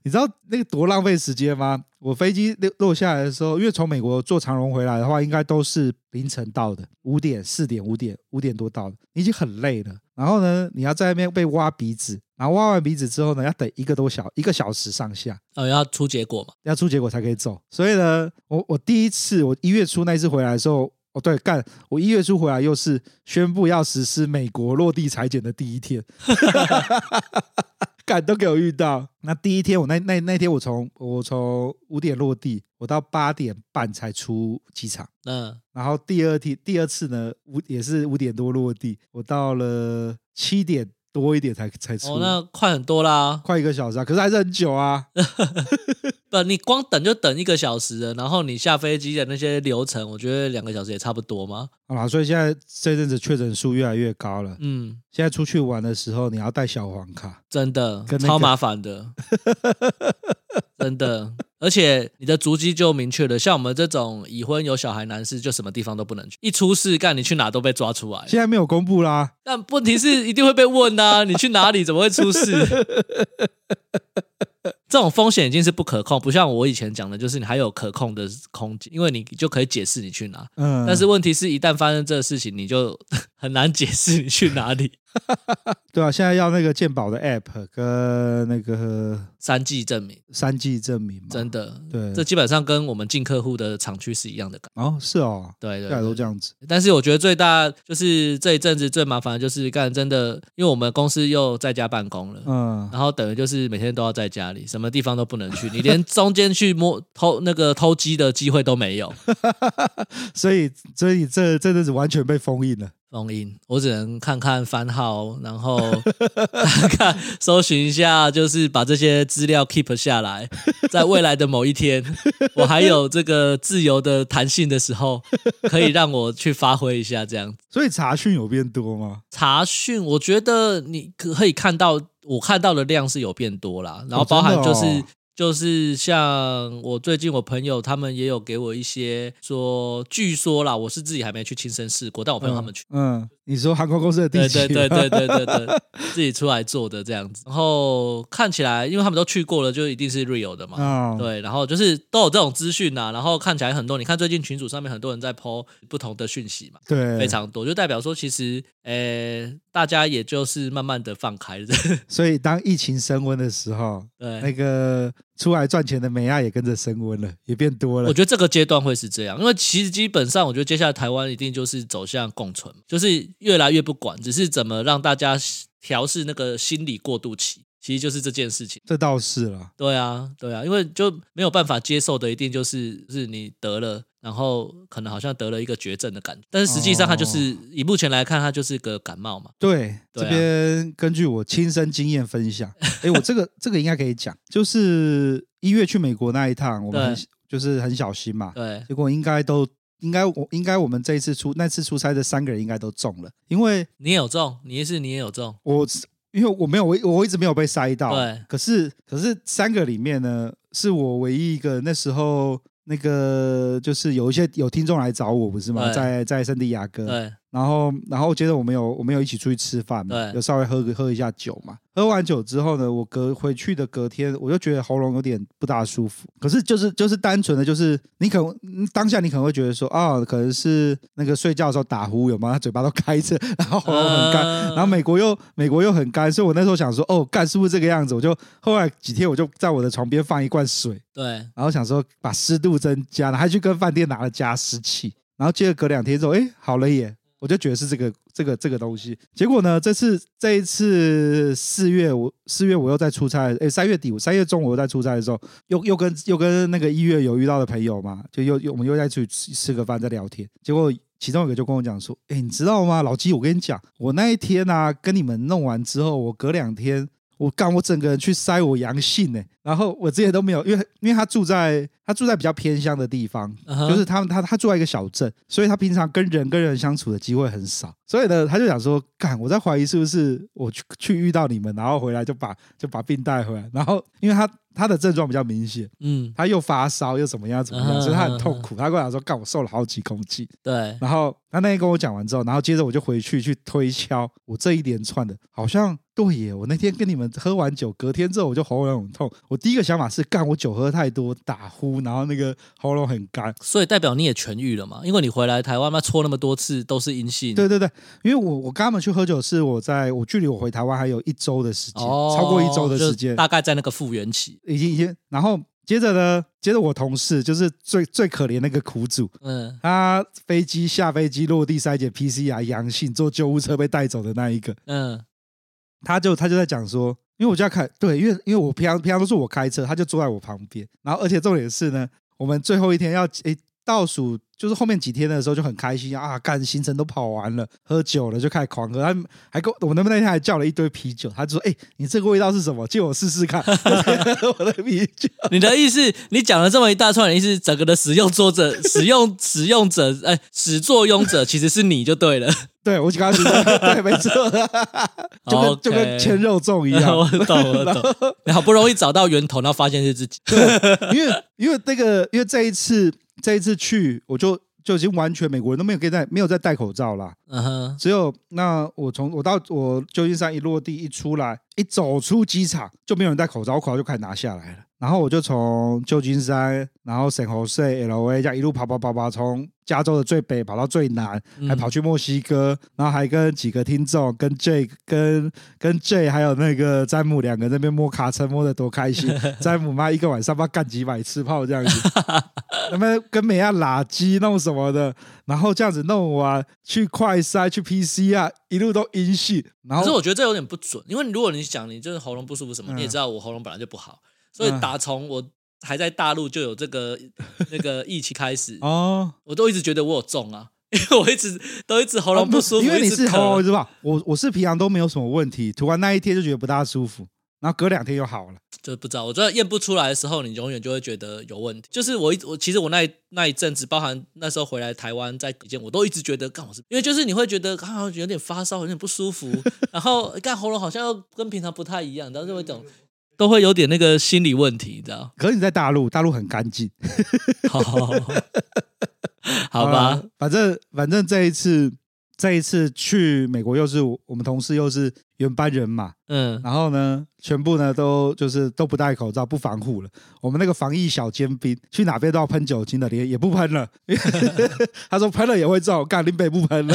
Speaker 1: 你知道那个多浪费时间吗？我飞机落落下来的时候，因为从美国坐长荣回来的话，应该都是凌晨到的，五点、四点、五点、五点多到的，你已经很累了。然后呢，你要在那边被挖鼻子，然后挖完鼻子之后呢，要等一个多小一个小时上下。
Speaker 2: 呃，要出结果嘛？
Speaker 1: 要出结果才可以走。所以呢，我我第一次我一月初那一次回来的时候，哦对，干我一月初回来又是宣布要实施美国落地裁剪的第一 天， 干都给我遇到。那第一天我那那那天我从我从五点落地，我到八点半才出机场。
Speaker 2: 嗯，
Speaker 1: 然后第二天第二次呢，五也是五点多落地，我到了七点多一点才才出，
Speaker 2: 哦，那快很多啦。
Speaker 1: 快一个小时啊，可是还是很久啊。
Speaker 2: 不，你光等就等一个小时了，然后你下飞机的那些流程，我觉得两个小时也差不多嘛。
Speaker 1: 好啦，所以现在这阵子确诊数越来越高了。
Speaker 2: 嗯，
Speaker 1: 现在出去玩的时候，你要带小黄卡，
Speaker 2: 真的、
Speaker 1: 跟那个
Speaker 2: 超麻烦 的，真的。而且你的足迹就明确了，像我们这种已婚有小孩男士，就什么地方都不能去，一出事干你去哪都被抓出来。
Speaker 1: 现在没有公布啦。
Speaker 2: 但问题是一定会被问 啊，你去哪里怎么会出事？这种风险已经是不可控，不像我以前讲的，就是你还有可控的空间，因为你就可以解释你去哪。
Speaker 1: 嗯，
Speaker 2: 但是问题是一旦发生这个事情，你就很很难解释你去 哪里。
Speaker 1: 对啊，现在要那个鉴宝的 app 跟那个
Speaker 2: 三 G 证明
Speaker 1: 三 G 证明嘛，
Speaker 2: 真的，
Speaker 1: 哦对
Speaker 2: 这基本上跟我们进客户的厂区是一样的感
Speaker 1: 哦是哦，
Speaker 2: 对
Speaker 1: 大
Speaker 2: 对
Speaker 1: 家
Speaker 2: 对
Speaker 1: 都这样子，
Speaker 2: 但是我觉得最大就是这一阵子最麻烦的就是干真的，因为我们公司又在家办公了。
Speaker 1: 嗯，
Speaker 2: 然后等于就是每天都要在家里，什么地方都不能去，你连中间去摸偷那个偷鸡的机会都没有。
Speaker 1: 所以所以这这阵子完全被封印了。
Speaker 2: 封印，我只能看看番号，然后 看看搜寻一下，就是把这些资料 keep 下来，在未来的某一天，我还有这个自由的弹性的时候，可以让我去发挥一下这样子。
Speaker 1: 所以查询有变多吗？
Speaker 2: 查询，我觉得你可以看到，我看到的量是有变多啦，然后包含就是、
Speaker 1: 真的哦
Speaker 2: 就是像我最近我朋友他们也有给我一些说，据说啦，我是自己还没去亲身试过，但我朋友他们去。
Speaker 1: 嗯，嗯，你说韩国公司的地
Speaker 2: 对
Speaker 1: 址吗，
Speaker 2: 对对对对对对，自己出来做的这样子。然后看起来，因为他们都去过了，就一定是 real 的嘛。
Speaker 1: 啊，
Speaker 2: 对，然后就是都有这种资讯啊呐，然后看起来很多。你看最近群组上面很多人在 PO 不同的讯息嘛，
Speaker 1: 对，
Speaker 2: 非常多，就代表说其实呃，大家也就是慢慢的放开了。
Speaker 1: 所以当疫情升温的时候，那
Speaker 2: 对，
Speaker 1: 个出来赚钱的美亚也跟着升温了，也变多了
Speaker 2: 我。觉得这个阶段会是这样，因为其实基本上我觉得接下来台湾一定就是走向共存，就是越来越不管，只是怎么让大家调试那个心理过渡期，其实就是这件事情。
Speaker 1: 这倒是了，
Speaker 2: 对啊，对啊，因为就没有办法接受的，一定就是是你得了，然后可能好像得了一个绝症的感觉，但是实际上它
Speaker 1: 哦
Speaker 2: 就是、以目前来看，它就是个感冒嘛。
Speaker 1: 对，
Speaker 2: 对
Speaker 1: 这
Speaker 2: 啊
Speaker 1: 边根据我亲身经验分享，哎，我这个这个应该可以讲，就是一月去美国那一趟，我们
Speaker 2: 对
Speaker 1: 很就是很小心嘛，
Speaker 2: 对，
Speaker 1: 结果应该都应该我应该我们这一次出那次出差的三个人应该都中了，因为
Speaker 2: 你也有中，你也是你也有中，
Speaker 1: 我因为我没有我我一直没有被筛到，
Speaker 2: 对
Speaker 1: 可是可是三个里面呢，是我唯一一个那时候那个就是有一些有听众来找我不是吗？
Speaker 2: 对
Speaker 1: 在在圣地亚哥，
Speaker 2: 对
Speaker 1: 然后然后接着我们有我们有一起出去吃饭嘛，
Speaker 2: 对
Speaker 1: 有稍微喝个喝一下酒嘛。喝完酒之后呢，我隔回去的隔天我就觉得喉咙有点不大舒服，可是就是就是单纯的就是你可能嗯当下你可能会觉得说啊，可能是那个睡觉的时候打呼有吗？他嘴巴都开着，然后喉咙很干，
Speaker 2: 呃
Speaker 1: 然后美国又美国又很干，所以我那时候想说，哦，干是不是这个样子？我就后来几天我就在我的床边放一罐水，
Speaker 2: 对
Speaker 1: 然后想说把湿度增加，然后还去跟饭店拿了加湿器，然后接着隔两天之后，哎，好了耶，我就觉得是这个这个这个东西。结果呢，这次这一次四月我四月我又在出差，哎，三月底我三月中我又在出差的时候，又又跟又跟那个一月有遇到的朋友嘛，就又又我们又再去吃吃个饭，在聊天，结果。其中有一个就跟我讲说：“哎，你知道吗，老鸡，我跟你讲，我那一天啊，跟你们弄完之后，我隔两天我干，我整个人去筛我阳性呢、然后我之前都没有，因为因为他住在他住在比较偏乡的地方，
Speaker 2: 嗯哼
Speaker 1: 就是他们他他住在一个小镇，所以他平常跟人跟人相处的机会很少，所以呢，他就想说，干，我在怀疑是不是我去去遇到你们，然后回来就把就把病带回来，然后因为他他的症状比较明显，
Speaker 2: 嗯
Speaker 1: 他又发烧又怎么样怎么
Speaker 2: 嗯
Speaker 1: 样，
Speaker 2: 哼
Speaker 1: 所以他很痛苦，他跟我讲说，干，我受了好几公斤，
Speaker 2: 对
Speaker 1: 然后他那天跟我讲完之后，然后接着我就回去去推敲我这一连串的，好像对耶。我那天跟你们喝完酒，隔天之后我就喉咙很痛。我第一个想法是，干我酒喝太多，打呼，然后那个喉咙很干。
Speaker 2: 所以代表你也痊愈了嘛，因为你回来台湾嘛，搓那么多次都是阴性，
Speaker 1: 对对对，因为我我跟他们去喝酒是我在我距离我回台湾还有一周的时间，
Speaker 2: 哦，
Speaker 1: 超过一周的时
Speaker 2: 就
Speaker 1: 间，
Speaker 2: 大概在那个复原期，
Speaker 1: 已经已经。然后接着呢，接着我同事就是最最可怜那个苦主，
Speaker 2: 嗯，
Speaker 1: 他飞机下飞机落地筛检 PCR 阳性，坐救护车被带走的那一个。
Speaker 2: 嗯，
Speaker 1: 他就他就在讲说，因为我就要开，对，因为因为我平常平常都是我开车，他就坐在我旁边，然后而且重点是呢，我们最后一天要诶倒数，就是后面几天的时候就很开心啊，干行程都跑完了，喝酒了就开始狂喝，他还跟我我们那天还叫了一堆啤酒，他就说，哎、你这个味道是什么？借我试试 看，我的啤酒，
Speaker 2: 你的意思，你讲了这么一大串，你意思整个的使用作者、 使用使用者、哎，始作俑者其实是你就对了。
Speaker 1: 对我就刚刚觉得对，没错， 就跟就跟
Speaker 2: OK
Speaker 1: 千肉粽一样，
Speaker 2: 我懂， 我懂。你好不容易找到源头，然后发现是自己。
Speaker 1: 因为因为那个因为这一次这一次去，我就就已经完全美国人都没有跟戴没有在戴口罩啦，
Speaker 2: 嗯哼，
Speaker 1: 只有那我从我到我旧金山一落地一出来一走出机场就没有人戴口罩，我口罩就开始拿下来了。然后我就从旧金山，然后 San Jose、LA 这样一路跑跑跑跑，从加州的最北跑到最南，
Speaker 2: 嗯
Speaker 1: 还跑去墨西哥，然后还跟几个听众、跟 J、跟跟 J 还有那个詹姆两个那边摸卡车摸的多开 心，詹姆妈一个晚上不知道干几百次炮这样子，他们跟美亚拉鸡弄什么的，然后这样子弄完去快筛去 PCR，一路都阴性，然
Speaker 2: 可是
Speaker 1: 后
Speaker 2: 我觉得这有点不准，因为如果你讲你就是喉咙不舒服什么，你也知道我喉咙本来就不好，所以
Speaker 1: 嗯
Speaker 2: 打从我还在大陆就有这 个那个疫情开始，
Speaker 1: 哦。
Speaker 2: 我都一直觉得我有中啊，因为我一直都一直喉
Speaker 1: 哦
Speaker 2: 咙
Speaker 1: 不
Speaker 2: 不舒服，
Speaker 1: 因为你
Speaker 2: 一
Speaker 1: 是
Speaker 2: 直
Speaker 1: 喉咙
Speaker 2: 咳。
Speaker 1: 是吧？我我是平常都没有什么问题，涂完那一天就觉得不大舒服，然后隔两天又好了。
Speaker 2: 就是不知道，我觉得验不出来的时候，你永远就会觉得有问题。就是我一我其实我那一那一阵子，包含那时候回来台湾在几间，我都一直觉得干我是，因为就是你会觉得好像有点发烧，有点不舒服， 然后干喉咙好像又跟平常不太一样，然后就会懂，都会有点那个心理问题，你知道？
Speaker 1: 可是你在大陆，大陆很干净，
Speaker 2: 好，好吧
Speaker 1: 啊，反正反正这一次这一次去美国又是我们同事又是原班人马，
Speaker 2: 嗯，
Speaker 1: 然后呢，全部呢都就是都不戴口罩，不防护了。我们那个防疫小尖兵去哪边都要喷酒精的，连也不喷了。 他说喷了也会中，干林北不 喷了。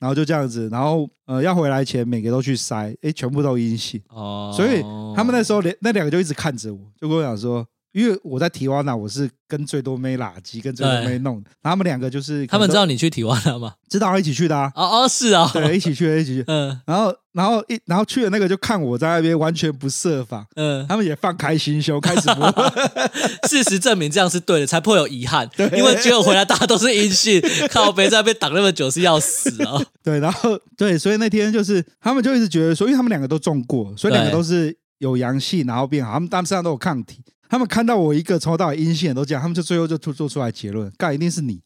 Speaker 1: 然后就这样子，然后呃要回来前每个都去筛，诶，全部都阴性。
Speaker 2: 哦，
Speaker 1: 所以他们那时候连那两个就一直看着我，就跟我讲说，因为我在提瓦纳我是跟最多妹拉鸡，跟最多妹弄的，然后他们两个就是
Speaker 2: 他们知
Speaker 1: 可能
Speaker 2: 道你去提瓦纳吗？
Speaker 1: 都知道一起去的 啊，
Speaker 2: 哦哦，是啊、
Speaker 1: 对，一起去的，一起去。
Speaker 2: 嗯
Speaker 1: 然后，然后一然后去的那个就看我在那边完全不设防，
Speaker 2: 嗯，
Speaker 1: 他们也放开心胸，开始摸。
Speaker 2: 事实证明这样是对的，才不会有遗憾。因为结果回来大家都是阴性， 靠北在那边挡那么久是要死啊、
Speaker 1: 对，然后对，所以那天就是他们就一直觉得说，因为他们两个都中过，所以两个
Speaker 2: 对
Speaker 1: 都是有阳性，然后变好，他们他们身上都有抗体。他们看到我一个抽到阴性的都这样，他们就最后就做做出来结论，干一定是你。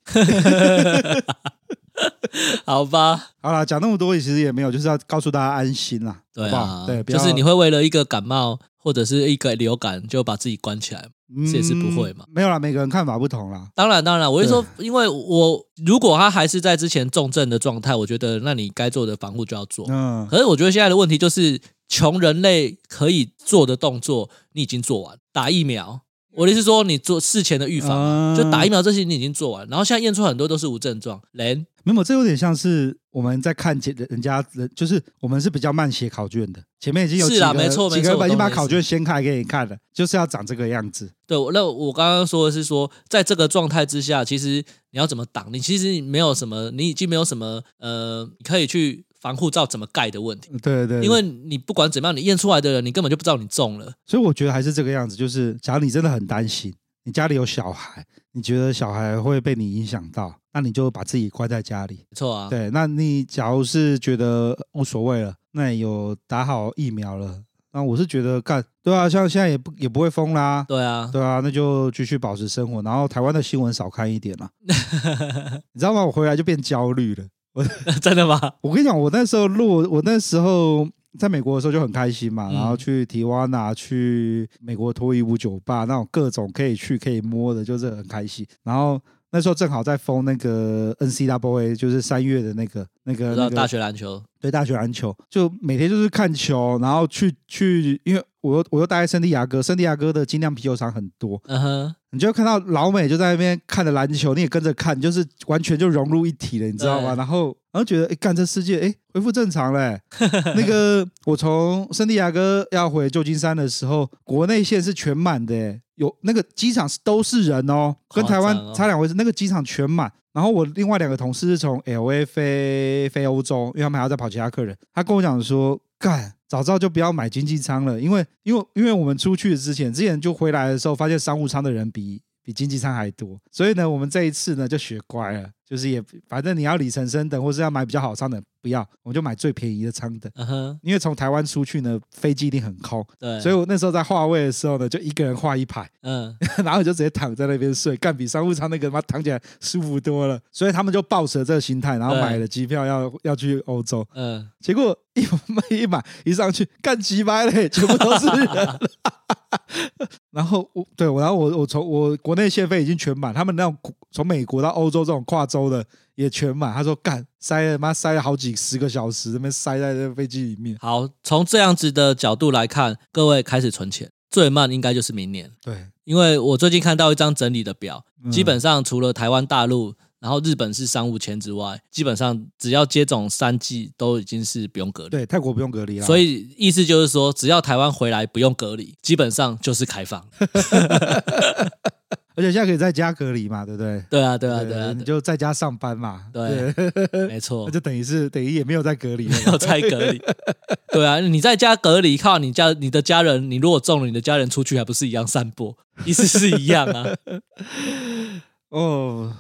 Speaker 2: 好吧，
Speaker 1: 好啦，讲那么多其实也没有，就是要告诉大家安心啦，
Speaker 2: 对
Speaker 1: 好不好
Speaker 2: 啊，
Speaker 1: 对，不要
Speaker 2: 就是你会为了一个感冒或者是一个流感就把自己关起来。这也是不会嘛
Speaker 1: 嗯没有啦，每个人看法不同啦。
Speaker 2: 当然，当然，我是说，因为我如果他还是在之前重症的状态，我觉得那你该做的防护就要做。
Speaker 1: 嗯，
Speaker 2: 可是我觉得现在的问题就是，穷人类可以做的动作你已经做完，打疫苗。我的意思是说，你做事前的预防，
Speaker 1: 啊
Speaker 2: 就打疫苗这些你已经做完，然后现在验出很多都是无症状，人
Speaker 1: 没有，这有点像是我们在看解人家人，就是我们是比较慢写考卷的，前面已经有
Speaker 2: 是
Speaker 1: 几
Speaker 2: 啦
Speaker 1: 个
Speaker 2: 没错
Speaker 1: 几
Speaker 2: 没错
Speaker 1: 个
Speaker 2: 我
Speaker 1: 人已经
Speaker 2: 懂
Speaker 1: 把
Speaker 2: 你
Speaker 1: 考
Speaker 2: 意思
Speaker 1: 卷掀开给你看了，就是要长这个样子。
Speaker 2: 对，我那我刚刚说的是说，在这个状态之下，其实你要怎么挡？你其实没有什么，你已经没有什么呃，你可以去防护罩怎么盖的问题，
Speaker 1: 对对对，
Speaker 2: 因为你不管怎么样，你验出来的人，你根本就不知道你中了。
Speaker 1: 所以我觉得还是这个样子，就是假如你真的很担心，你家里有小孩，你觉得小孩会被你影响到，那你就把自己关在家里。
Speaker 2: 没错啊，
Speaker 1: 对，那你假如是觉得呃无所谓了，那也有打好疫苗了，那我是觉得干对啊，像现在也不也不会封啦。
Speaker 2: 对啊，
Speaker 1: 对啊，那就继续保持生活，然后台湾的新闻少看一点啦。你知道吗？我回来就变焦虑了。
Speaker 2: 真的吗？
Speaker 1: 我跟你讲，我那时候录，我那时候在美国的时候就很开心嘛，
Speaker 2: 嗯
Speaker 1: 然后去提瓦纳，去美国脱衣舞酒吧，那种各种可以去可以摸的，就是很开心。然后那时候正好在封那个 NCAA，就是三月的那个那
Speaker 2: 不
Speaker 1: 个
Speaker 2: 知道
Speaker 1: 那
Speaker 2: 大
Speaker 1: 个
Speaker 2: 学篮球，
Speaker 1: 对大学篮球，就每天就是看球，然后去去，因为我又我又待在圣地亚哥，圣地亚哥的精酿啤酒厂很多，
Speaker 2: 嗯哼，
Speaker 1: 你就看到老美就在那边看着篮球，你也跟着看，就是完全就融入一体了，你知道吗？
Speaker 2: 对
Speaker 1: 然后，然后觉得，哎，干这世界，哎，恢复正常嘞。 那个，我从圣地亚哥要回旧金山的时候，国内线是全满的，诶有那个机场是都是人哦，跟台湾
Speaker 2: 夸张哦
Speaker 1: 差两回事，那个机场全满。然后我另外两个同事是从 L A 飞飞欧洲，因为他们还要再跑其他客人。他跟我讲说，干，早知道就不要买经济舱了，因为因为因为我们出去之前，之前就回来的时候发现商务舱的人比比经济舱还多，所以呢，我们这一次呢就学乖了，就是也反正你要里程升等或是要买比较好舱的，不要，我们就买最便宜的舱等。
Speaker 2: 嗯哼，
Speaker 1: 因为从台湾出去呢，飞机一定很空，
Speaker 2: 对，
Speaker 1: 所以我那时候在划位的时候呢，就一个人划一排，
Speaker 2: 嗯，
Speaker 1: 然后你就直接躺在那边睡，干比商务舱那个妈躺起来舒服多了。所以他们就抱着这个心态，然后
Speaker 2: 对
Speaker 1: 买了机票要要去欧洲，
Speaker 2: 嗯，
Speaker 1: 结果一一买一上去，干鸡掰嘞，全部都是人。 然后我对我，然后我我从我国内线飞已经全满，他们那种从美国到欧洲这种跨州的也全满。他说干塞了妈塞了好几十个小时，那边塞在那个飞机里面。
Speaker 2: 好，从这样子的角度来看，各位开始存钱，最慢应该就是明年，
Speaker 1: 对，
Speaker 2: 因为我最近看到一张整理的表，
Speaker 1: 嗯
Speaker 2: 基本上除了台湾、大陆，然后日本是商务签之外，基本上只要接种三剂都已经是不用隔离。
Speaker 1: 对泰国不用隔离啦，
Speaker 2: 所
Speaker 1: 以
Speaker 2: 以意思就是说，只要台湾回来不用隔离，基本上就是开放。
Speaker 1: 而且现在可以在家隔离嘛，对不对？
Speaker 2: 对啊，对啊，对啊，
Speaker 1: 你
Speaker 2: 对
Speaker 1: 就在家上班嘛，
Speaker 2: 对，没错
Speaker 1: 那，就等于是等于也没有在隔离了
Speaker 2: 没有在隔离。对啊，你在家隔离，靠你家你的家人，你如果中了，你的家人出去还不是一样散播，意思是一样啊。
Speaker 1: 哦，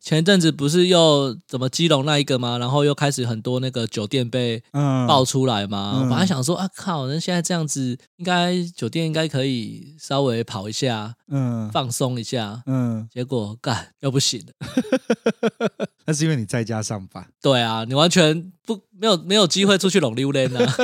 Speaker 2: 前阵子不是又怎么基隆那一个吗？然后又开始很多那个酒店被
Speaker 1: 嗯，
Speaker 2: 爆出来嘛。
Speaker 1: 嗯
Speaker 2: 我本来想说啊靠，那现在这样子，应该酒店应该可以稍微跑一下，
Speaker 1: 嗯
Speaker 2: 放松一下。
Speaker 1: 嗯，
Speaker 2: 结果干又不行了。
Speaker 1: 那是因为你在家上班，
Speaker 2: 对啊，你完全不没有没有机会出去拢 溜连啊，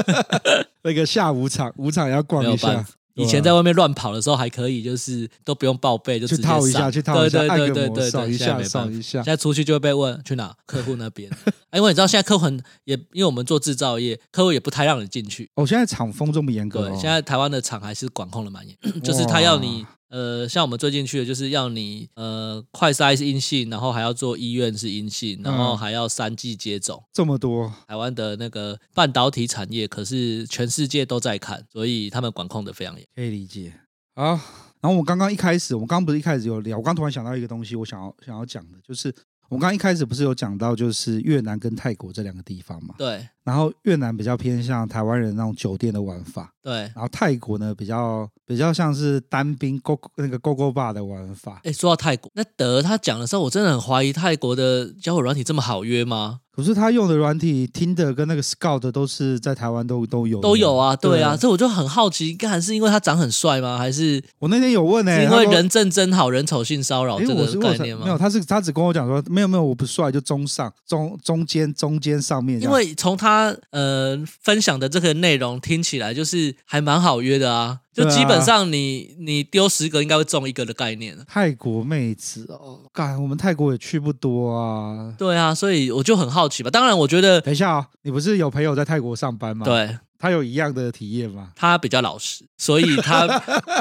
Speaker 1: 那个下午场舞场要逛
Speaker 2: 没有
Speaker 1: 一
Speaker 2: 办
Speaker 1: 下
Speaker 2: 法。。以前在外面乱跑的时候还可以，就是都不用报备，就
Speaker 1: 啊
Speaker 2: 直
Speaker 1: 去
Speaker 2: 接
Speaker 1: 套一
Speaker 2: 上
Speaker 1: 下，去套一下，
Speaker 2: 对
Speaker 1: 按
Speaker 2: 对对
Speaker 1: 个
Speaker 2: 对
Speaker 1: 摩
Speaker 2: 对
Speaker 1: 扫
Speaker 2: 对，
Speaker 1: 一
Speaker 2: 现在
Speaker 1: 下，
Speaker 2: 没
Speaker 1: 扫
Speaker 2: 办法
Speaker 1: 一下
Speaker 2: 现。在出去就会被问去哪，客户那 边。哎因为你知道现在客户很也，因为我们做制造业，客户也不太让你进去。
Speaker 1: 哦，现在厂风这么严格
Speaker 2: 对，
Speaker 1: 哦，
Speaker 2: 现在台湾的厂还是管控的蛮严， 就是他要你呃，像我们最近去的，就是要你呃快筛是阴性，然后还要做医院是阴性，然后
Speaker 1: 嗯
Speaker 2: 还要三剂接种。
Speaker 1: 这么多，
Speaker 2: 台湾的那个半导体产业可是全世界都在看，所以他们管控的非常严。
Speaker 1: 可以理解。好，然后我刚刚一开始，我刚刚不是一开始有聊，我刚突然想到一个东西，我想要想要讲的，就是我刚刚一开始不是有讲到，就是越南跟泰国这两个地方嘛，
Speaker 2: 对
Speaker 1: 然后越南比较偏向台湾人那种酒店的玩法，
Speaker 2: 对，
Speaker 1: 然后泰国呢比较比较像是单兵 go 那个 go go bar 的玩法，
Speaker 2: 哎，说到泰国，那德他讲的时候，我真的很怀疑泰国的交友软体这么好约吗？
Speaker 1: 可是他用的软体 Tinder 跟那个 Scout 都是在台湾都都有
Speaker 2: 都有啊，对啊，
Speaker 1: 哦对
Speaker 2: 所以我就很好奇，看是因为他长很帅吗？还是
Speaker 1: 我那天有问呢、
Speaker 2: 是因
Speaker 1: 他
Speaker 2: 为
Speaker 1: 说
Speaker 2: 人正真好人丑性骚扰
Speaker 1: 因
Speaker 2: 这
Speaker 1: 为我
Speaker 2: 个
Speaker 1: 是
Speaker 2: 概
Speaker 1: 我才
Speaker 2: 念吗？
Speaker 1: 没有，他是他只跟我讲说没有没有，我不帅，就中上中中间中间上面这
Speaker 2: 因
Speaker 1: 样。
Speaker 2: 为从他呃分享的这个内容听起来，就是还蛮好约的啊，就
Speaker 1: 对啊
Speaker 2: 基本上你、你丢十个应该会中一个的概念。啊
Speaker 1: 泰国妹子哦，干我们泰国也去不多啊。
Speaker 2: 对啊，所以我就很好奇吧。当然，我觉得
Speaker 1: 等一下哦，你不是有朋友在泰国上班吗？，
Speaker 2: 对
Speaker 1: 他有一样的体验吗？
Speaker 2: 他比较老实，所以 他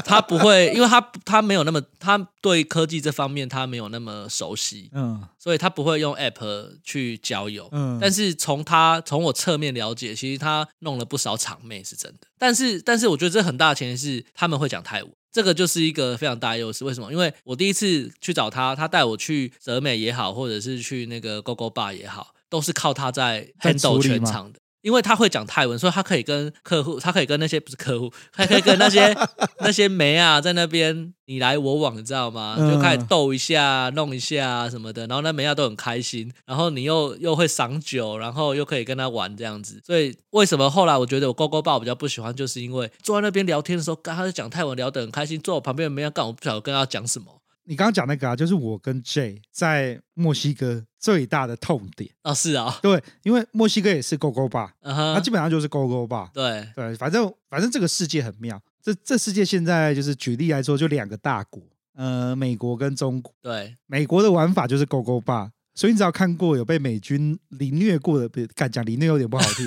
Speaker 2: 他不会，因为他他没有那么他对科技这方面他没有那么熟悉，
Speaker 1: 嗯
Speaker 2: 所以他不会用 app 去交友。
Speaker 1: 嗯，
Speaker 2: 但是从他从我侧面了解，其实他弄了不少场妹是真的。但是，但是我觉得这很大的前提是他们会讲泰文，这个就是一个非常大的优势。为什么？因为我第一次去找他，他带我去泽美也好，或者是去那个 GoGo Bar 也好，都是靠他在
Speaker 1: 在处
Speaker 2: handle
Speaker 1: 理
Speaker 2: 全
Speaker 1: 嘛
Speaker 2: 场的。因为他会讲泰文，所以他可以跟客户，他可以跟那些不是客户，他可以跟那 些那些梅啊，在那边你来我往，你知道吗？
Speaker 1: 嗯
Speaker 2: 就开始斗一下、弄一下什么的，然后那梅亚都很开心，然后你又又会赏酒，然后又可以跟他玩这样子。所以为什么后来我觉得我勾勾爸我比较不喜欢，就是因为坐在那边聊天的时候，跟他就讲泰文聊得很开心，坐我旁边的梅亚干我不晓得跟他讲什么。
Speaker 1: 你刚刚讲那个啊，就是我跟 J 在墨西哥最大的痛点。
Speaker 2: 啊，是啊，
Speaker 1: 对，因为墨西哥也是 go go bar，
Speaker 2: 嗯
Speaker 1: 它、
Speaker 2: 哼
Speaker 1: 基，本啊上就是 go go bar。
Speaker 2: 对
Speaker 1: 对，反正反正这个世界很妙。这这世界现在就是举例来说，就两个大国，呃，美国跟中国。
Speaker 2: 对，
Speaker 1: 美国的玩法就是勾勾霸，所以你只要看过有被美军凌虐过的，不敢讲凌虐有点不好 听，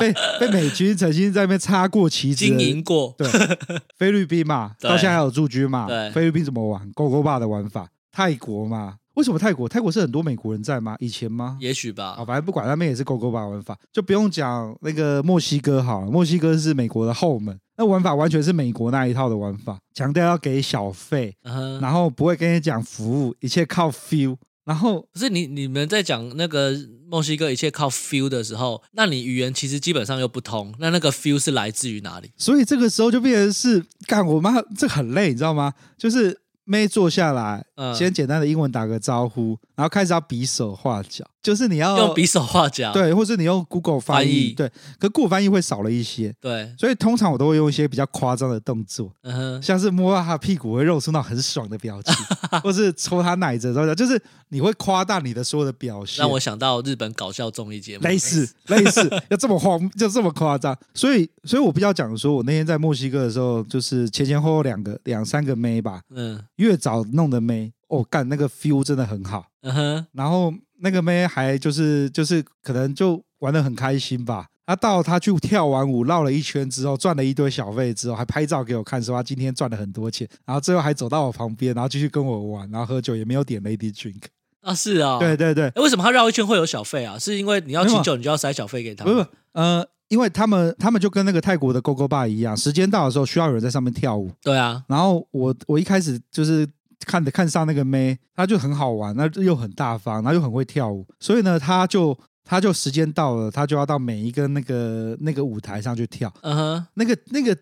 Speaker 1: 被被美军曾经在那边插过旗子
Speaker 2: 经
Speaker 1: 的
Speaker 2: 营过，
Speaker 1: 对，菲律宾嘛，
Speaker 2: 对
Speaker 1: 到现在还有驻军嘛
Speaker 2: 对，
Speaker 1: 菲律宾怎么玩勾勾霸的玩法？泰国嘛，为什么泰国？泰国是很多美国人在吗？以前吗？
Speaker 2: 也许吧
Speaker 1: 啊，，反正不管，他们也是勾勾吧玩法，就不用讲那个墨西哥好了，墨西哥是美国的后门，那玩法完全是美国那一套的玩法，强调要给小费，
Speaker 2: 嗯哼。
Speaker 1: 然后不会跟你讲服务，一切靠 feel，然后
Speaker 2: 不是你你们在讲那个墨西哥一切靠 feel 的时候，那你语言其实基本上又不通，那那个 feel 是来自于哪里？
Speaker 1: 所以这个时候就变成是干我妈，这很累，你知道吗？就是妹坐下来，
Speaker 2: 嗯，
Speaker 1: 先简单的英文打个招呼，然后开始要比手画脚，就是你要
Speaker 2: 用匕首画脚，
Speaker 1: 哦对，或是你用 Google 翻
Speaker 2: 翻译
Speaker 1: 译，对，可 Google 翻译会少了一些，
Speaker 2: 对，
Speaker 1: 所以通常我都会用一些比较夸张的动作。
Speaker 2: 嗯哼，
Speaker 1: 像是摸到他屁股会露出那种很爽的表 情，或是抽他奶子的时候，就是你会夸大你的所有的表现，
Speaker 2: 让我想到日本搞笑综艺节目，
Speaker 1: 类似类似要这么荒就这么夸张，所以所以我比较讲说，我那天在墨西哥的时候，就是前前后后两个两三个妹吧，
Speaker 2: 嗯
Speaker 1: 越早弄的妹，哦干那个 feel 真的很好，
Speaker 2: 嗯哼，
Speaker 1: 然后那个妹还就是就是可能就玩的很开心吧，他到他去跳完舞绕了一圈之后，赚了一堆小费之后，还拍照给我看，说他今天赚了很多钱，然后最后还走到我旁边，然后继续跟我玩，然后喝酒，也没有点 lady drink。
Speaker 2: 啊，是啊、
Speaker 1: 对对对，
Speaker 2: 诶为什么他绕一圈会有小费啊？是因为你要
Speaker 1: 没有
Speaker 2: 请
Speaker 1: 啊
Speaker 2: 酒，你就要塞小费给他
Speaker 1: 不
Speaker 2: 吗？
Speaker 1: 是不是呃，因为他们他们就跟那个泰国的 GoGo bar 一样，时间到的时候需要有人在上面跳舞。
Speaker 2: 对啊，
Speaker 1: 然后我我一开始就是看的看上那个妹，她就很好玩，那又很大方，然后又很会跳舞，所以呢，她就她就时间到了，她就要到每一个那个那个舞台上去跳。
Speaker 2: 嗯哼，
Speaker 1: 那个那个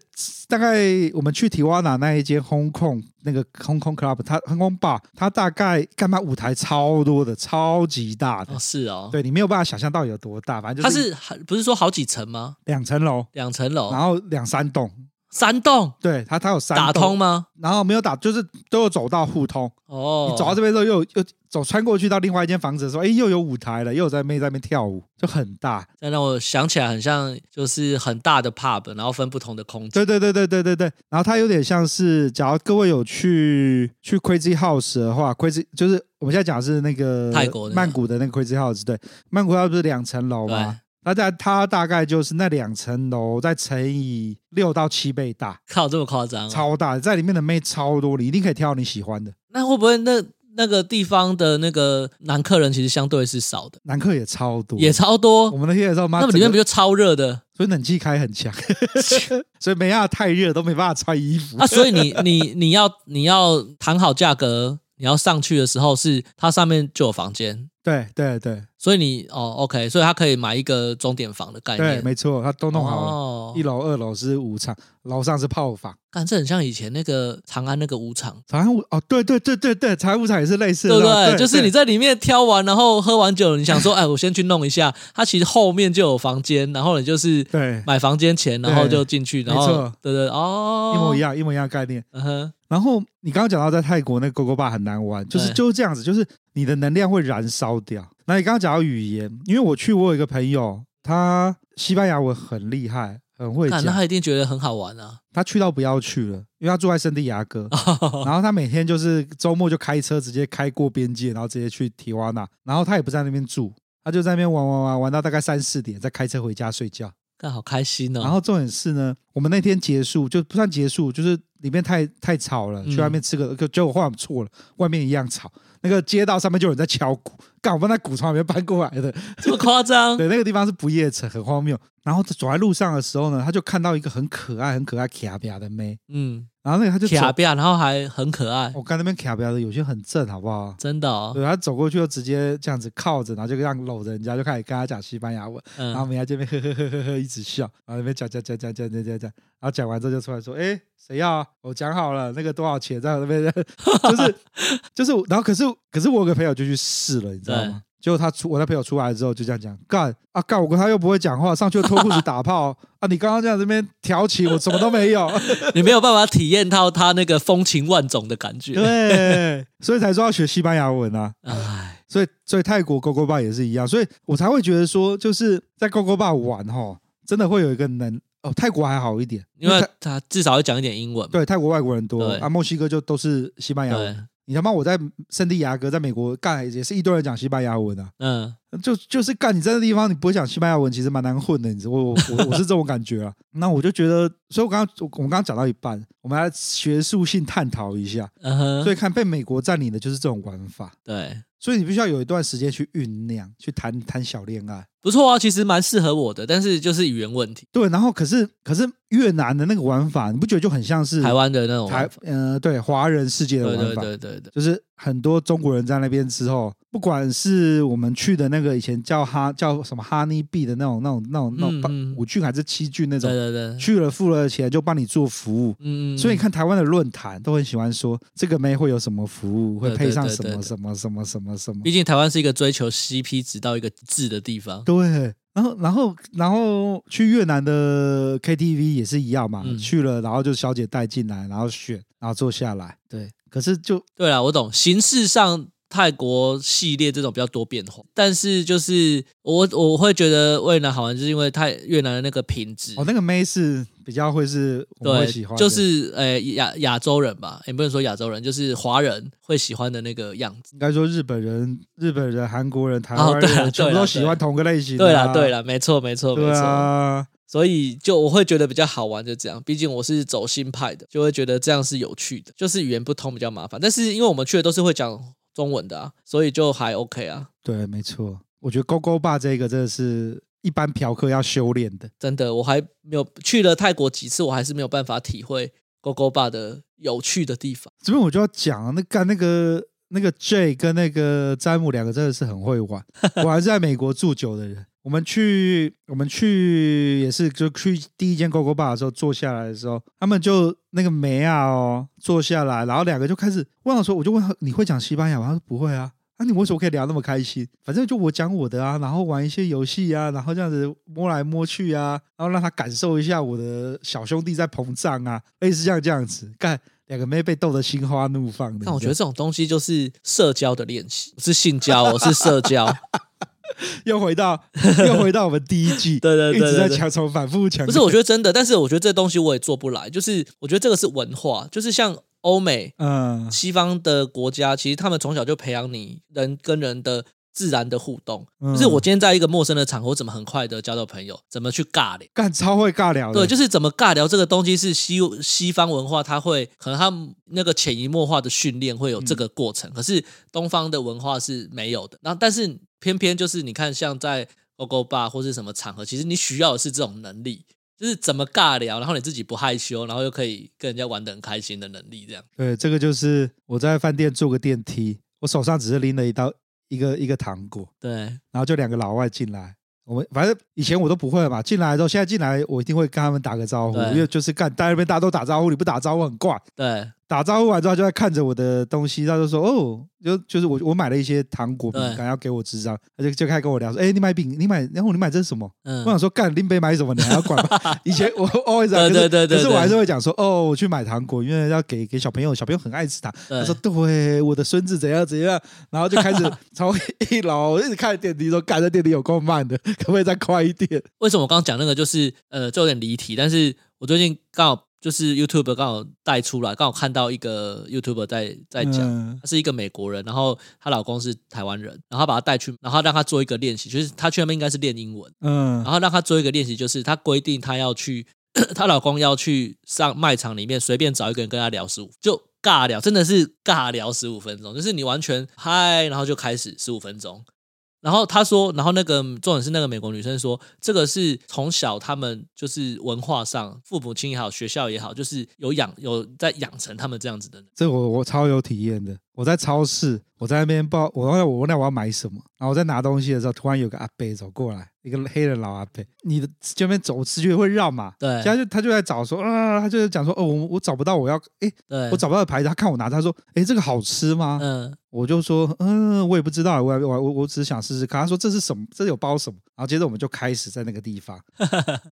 Speaker 1: 大概我们去提瓦纳那一间 Hong Kong 那个 Hong Kong Club，它 Hong Kong Bar，它大概干嘛舞台超多的，超级大的。
Speaker 2: 哦是哦，
Speaker 1: 对你没有办法想象到有多大，反正
Speaker 2: 他
Speaker 1: 就是
Speaker 2: 是还不是说好几层吗？
Speaker 1: 两层楼，
Speaker 2: 两层
Speaker 1: 然
Speaker 2: 楼，
Speaker 1: 后两三栋，
Speaker 2: 三栋
Speaker 1: 对它它有三
Speaker 2: 打
Speaker 1: 栋
Speaker 2: 通，吗？
Speaker 1: 然后没有打，就是都有走到互通。
Speaker 2: 哦，
Speaker 1: 你走到这边之后又，又走穿过去到另外一间房子的时候，哎，又有舞台了，又有在妹在那边跳舞，就很大。
Speaker 2: 这让我想起来很像就是很大的 pub，然后分不同的空间。
Speaker 1: 对对对对对对对。然后它有点像是，假如各位有去去 Crazy House 的话，Crazy 就是我们现在讲的是那个
Speaker 2: 泰国那个
Speaker 1: 曼谷的那个 Crazy House，对，曼谷它不是两层楼
Speaker 2: 对
Speaker 1: 吗？那在它大概就是那两层楼再乘以六到七倍大，
Speaker 2: 靠，这么夸张、啊？
Speaker 1: 超大，在里面的妹超多，你一定可以挑到你喜欢的。
Speaker 2: 那会不会那那个地方的那个男客人其实相对是少的，
Speaker 1: 男客也超多，
Speaker 2: 也超多
Speaker 1: 我？们那天的时候，妈，
Speaker 2: 那么里面
Speaker 1: 整
Speaker 2: 不
Speaker 1: 个
Speaker 2: 就超热的
Speaker 1: 所以冷气开很强， 所以没办法太热都没办法穿衣服。
Speaker 2: 啊？所以你你你要你要谈好价格，你要上去的时候是它上面就有房间，
Speaker 1: 对对对
Speaker 2: 所以你哦 OK，所以他可以买一个钟点房的概
Speaker 1: 对，
Speaker 2: 念，
Speaker 1: 没错，他都弄好了。
Speaker 2: 哎哦
Speaker 1: 一，楼、二楼是舞场，楼上是炮房。
Speaker 2: 看这很像以前那个长安那个舞场。
Speaker 1: 长安舞哦，对对对对对，长安舞场也是类似的
Speaker 2: 对
Speaker 1: 那
Speaker 2: 不
Speaker 1: 种，
Speaker 2: 对？就是你
Speaker 1: 对
Speaker 2: 在里面挑完，然后喝完酒，你想说，哎，我先去弄一下。它其实后面就有房间，然后你就是
Speaker 1: 对，
Speaker 2: 买房间钱，然后就进去，然
Speaker 1: 没
Speaker 2: 后
Speaker 1: 错
Speaker 2: 对对哦，
Speaker 1: 一模一
Speaker 2: 样。
Speaker 1: 样，一模一样的概念。
Speaker 2: 嗯哼，
Speaker 1: 然后你刚刚讲到在泰国那个 GoGo 吧很难玩，就是
Speaker 2: 对
Speaker 1: 就是这样子，就是你的能量会燃烧掉。那你刚刚讲到语言，因为我去，我有一个朋友，他西班牙文很厉害，很会
Speaker 2: 看那
Speaker 1: 讲，
Speaker 2: 他一定觉得很好玩啊。
Speaker 1: 他去到不要去了，因为他住在圣地亚哥。
Speaker 2: 哦
Speaker 1: 然后他每天就是周末就开车直接开过边界，然后直接去提瓦纳，然后他也不在那边住，他就在那边玩玩玩玩到大概三四点，再开车回家睡觉。
Speaker 2: 看好开心
Speaker 1: 然
Speaker 2: 哦。
Speaker 1: 后重点是呢，我们那天结束就不算结束，就是里面太太吵了，
Speaker 2: 嗯
Speaker 1: 去外面吃个，就结果话我错了，外面一样吵，那个街道上面就有人在敲鼓，干我们那鼓从那边搬过来的，
Speaker 2: 这么夸张？
Speaker 1: 对，那个地方是不夜城，很荒谬。然后走在路上的时候呢，他就看到一个很可爱、很可爱卡比亚的妹，
Speaker 2: 嗯，
Speaker 1: 然后那个他就走，
Speaker 2: 卡比亚，啊然后还很可爱，
Speaker 1: 我看那边卡比亚的有些很正，好不好？
Speaker 2: 真的哦。
Speaker 1: 对他走过去就直接这样子靠着，然后就这样搂着人家，就开始跟他讲西班牙文，然后
Speaker 2: 嗯，
Speaker 1: 我们在这边呵呵呵呵呵一直笑，然后那边讲讲讲讲讲讲讲讲，然后讲完之后就出来说，哎，谁要、啊？我讲好了，那个多少钱？在我那边 就是就是我，然后可是可是我有个朋友就去试了，你知道
Speaker 2: 嗯
Speaker 1: 吗？结果他出我那朋友出来之后就这样讲，干啊干，我跟他又不会讲话，上去就脱裤子打炮 啊！你刚刚这样这边挑起我，什么都没有。
Speaker 2: 你没有办法体验到他那个风情万种的感觉。
Speaker 1: 对，所以才说要学西班牙文啊。
Speaker 2: 哎，
Speaker 1: 所以所以泰国 GoGo 吧也是一样，所以我才会觉得说，就是在 GoGo 吧玩哈，真的会有一个能哦，泰国还好一点，
Speaker 2: 因为
Speaker 1: 泰
Speaker 2: 他至少会讲一点英文嘛。
Speaker 1: 对泰国外国人多
Speaker 2: 对
Speaker 1: 啊，墨西哥就都是西班牙文。
Speaker 2: 对，
Speaker 1: 你他妈我在圣地亚哥，在美国干也是一堆人讲西班牙文啊，
Speaker 2: 嗯，
Speaker 1: 就就是干你在那地方你不会讲西班牙文，其实蛮难混的，你知我我我我是这种感觉啊。 那我就觉得，所以我刚刚我我们刚刚讲到一半，我们来学术性探讨一下。
Speaker 2: 嗯哼，
Speaker 1: 所以看被美国占领的就是这种玩法，
Speaker 2: 对。
Speaker 1: 所以你必须要有一段时间去酝酿，去谈谈小恋爱。
Speaker 2: 不错啊，其实蛮适合我的，但是就是语言问题，
Speaker 1: 对，然后可是可是越南的那个玩法，你不觉得就很像是
Speaker 2: 台湾的那种玩
Speaker 1: 台
Speaker 2: 法，
Speaker 1: 呃对华人世界的
Speaker 2: 对
Speaker 1: 玩法？
Speaker 2: 对对对对，
Speaker 1: 就是很多中国人在那边之后，不管是我们去的那个以前叫哈叫什么哈尼币的那种那种那种那种
Speaker 2: 嗯
Speaker 1: 帮
Speaker 2: 嗯
Speaker 1: 五郡还是七郡那
Speaker 2: 对
Speaker 1: 种，
Speaker 2: 对对，
Speaker 1: 去了付了钱就帮你做服务。
Speaker 2: 嗯，嗯
Speaker 1: 所以你，看台湾的论坛都很喜欢说这个妹会有什么服务，会
Speaker 2: 对
Speaker 1: 配
Speaker 2: 对
Speaker 1: 上
Speaker 2: 对
Speaker 1: 什
Speaker 2: 对
Speaker 1: 么
Speaker 2: 对
Speaker 1: 什么什么什么什么
Speaker 2: 毕。竟台湾是一个追求 CP 值到一个极致的地方，
Speaker 1: 对，然后然后然后去越南的 KTV 也是一样嘛，
Speaker 2: 嗯
Speaker 1: 去了然后就小姐带进来，然后选，然后坐下来。对，可是就
Speaker 2: 对啦，我懂，形式上泰国系列这种比较多变化，但是就是我我会觉得越南好玩，就是因为泰越南的那个品质。
Speaker 1: 哦，那个妹是比较会是我会喜
Speaker 2: 对
Speaker 1: 欢，的，
Speaker 2: 就是呃亚亚洲人吧，也不能说亚洲人，就是华人会喜欢的那个样子。
Speaker 1: 应该说日本人、日本人、韩国人、台
Speaker 2: 哦
Speaker 1: 湾
Speaker 2: 对啊对
Speaker 1: 人，
Speaker 2: 啊
Speaker 1: 全部
Speaker 2: 对啊
Speaker 1: 都喜欢同个类型的
Speaker 2: 对
Speaker 1: 啊。
Speaker 2: 啦，对啦，没错，没错，没
Speaker 1: 对
Speaker 2: 错。
Speaker 1: 啊，
Speaker 2: 所以就我会觉得比较好玩，就这样。毕竟我是走新派的，就会觉得这样是有趣的。就是语言不通比较麻烦，但是因为我们去的都是会讲中文的啊，所以就还 OK 啊。
Speaker 1: 对，没错。我觉得勾勾爸这个真的是一般嫖客要修炼的。
Speaker 2: 真的，我还没有去了泰国几次，我还是没有办法体会 GoGo 爸的有趣的地方。
Speaker 1: 这边我就要讲啊那干那个那个 J 跟那个詹姆两个真的是很会玩。我还是在美国住久的人，我们去我们去也是就去第一间 GoGo Bar 的时候坐下来的时候，他们就那个梅啊哦坐下来，然后两个就开始问我说，我就问他你会讲西班牙吗？他说不会啊。那、你为什么可以聊那么开心？反正就我讲我的啊，然后玩一些游戏啊，然后这样子摸来摸去啊，然后让他感受一下我的小兄弟在膨胀啊，类似像这样子。干，两个妹被逗得心花怒放的。
Speaker 2: 但我觉
Speaker 1: 你
Speaker 2: 得
Speaker 1: 知
Speaker 2: 这种东西就是社交的练习，不是性交哦，是社交。
Speaker 1: 道又回到 又回到我们第一季，
Speaker 2: 对对对对
Speaker 1: 一直在
Speaker 2: 对
Speaker 1: 强从反复强调。
Speaker 2: 不是，我觉得真的，但是我觉得这东西我也做不来。就是我觉得这个是文化，就是像欧美
Speaker 1: 嗯，
Speaker 2: 西方的国家，其实他们从小就培养你人跟人的自然的互动。
Speaker 1: 嗯
Speaker 2: 就是我今天在一个陌生的场合，我怎么很快的交到朋友，怎么去尬聊。
Speaker 1: 干超会尬聊的，
Speaker 2: 对，就是怎么尬聊这个东西是西西方文化，它会可能它那个潜移默化的训练会有这个过程，可是东方的文化是没有的。然后，但是偏偏就是你看，像在 g o g o bar 或是什么场合，其实你需要的是这种能力，就是怎么尬聊，然后你自己不害羞，然后又可以跟人家玩的很开心的能力，这样。
Speaker 1: 对，这个就是我在饭店坐个电梯，我手上只是拎了一道一个一个糖果，
Speaker 2: 对，
Speaker 1: 然后就两个老外进来。我们反正以前我都不会嘛，进来之后，现在进来我一定会跟他们打个招呼，
Speaker 2: 对
Speaker 1: 因为就是干在那边大家都打招呼，你不打招呼很怪。
Speaker 2: 对，
Speaker 1: 打招呼完之后，他就在看着我的东西，他就说：“哦，就就是我我买了一些糖果饼
Speaker 2: 对
Speaker 1: 干要给我支招。”他就就开始跟我聊说：“哎、你买饼，你买，然后你买这是什么？”我
Speaker 2: 嗯
Speaker 1: 想，说，干林北买什么，你还要管 吗？以前我 always 啊
Speaker 2: 对对对
Speaker 1: 可是可
Speaker 2: 对
Speaker 1: 是
Speaker 2: 对
Speaker 1: 我还是会讲说，哦，我去买糖果，因为要给给小朋友，小朋友很爱吃糖。
Speaker 2: 对
Speaker 1: 他说，对，我的孙子怎样怎样，然后就开 始从一楼我一直看电梯，说，干这电梯有够慢的，可不可以再快一点？
Speaker 2: 为什么我刚刚讲那个就是呃，这有点离题，但是我最近刚好就是 YouTube 刚好带出来，刚好看到一个 YouTube 在在讲。
Speaker 1: 嗯
Speaker 2: 她是一个美国人，然后她老公是台湾人，然后她把她带去，然后让她做一个练习，就是她去那边应该是练英文，
Speaker 1: 嗯
Speaker 2: 然后让她做一个练习，就是她规定她要去， 她老公要去上卖场里面随便找一个人跟她聊十五，就尬聊，真的是尬聊十五分钟，就是你完全嗨，然后就开始十五分钟。然后她说，然后那个重点是那个美国女生说，这个是从小他们就是文化上，父母亲也好，学校也好，就是有养有在养成他们这样子的人。
Speaker 1: 这我我超有体验的。我在超市，我在那边报，我问我问他我要买什么，然后我在拿东西的时候，突然有个阿伯走过来，一个黑人老阿伯，你的这边走直觉会绕嘛？
Speaker 2: 对
Speaker 1: 现在就他就在找说，啊，他就在讲说，哦，我我找不到我要，诶，
Speaker 2: 对，
Speaker 1: 我找不到的牌子，他看我拿着，他说，诶，这个好吃吗？
Speaker 2: 嗯，
Speaker 1: 我就说，嗯，我也不知道，我我我我只是想试试看。他说这是什么？这有包什么？然后接着我们就开始在那个地方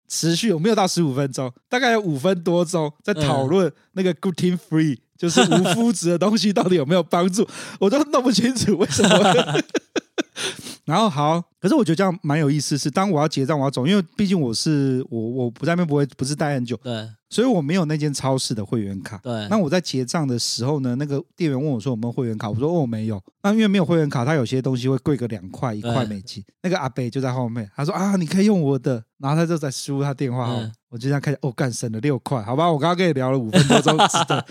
Speaker 1: 持续，我没有到十五分钟，大概有五分多钟在讨论那个 gluten free，、就是无麸质的东西到底有没有帮助，我都弄不清楚为什么。 然后好，可是我觉得这样蛮有意思，是当我要结账我要走，因为毕竟我是我我不在那边不会不是待很久，
Speaker 2: 对
Speaker 1: 所以我没有那间超市的会员卡。
Speaker 2: 对，
Speaker 1: 那我在结账的时候呢，那个店员问我说有没有会员卡，我说哦没有。那因为没有会员卡，他有些东西会贵个两块一块
Speaker 2: 对
Speaker 1: 美金。那个阿北就在后面，他说啊你可以用我的，然后他就在输入他电话号码
Speaker 2: 嗯
Speaker 1: 我就这样看，哦干省了六块，好吧，我刚刚跟你聊了五分多钟，值 得。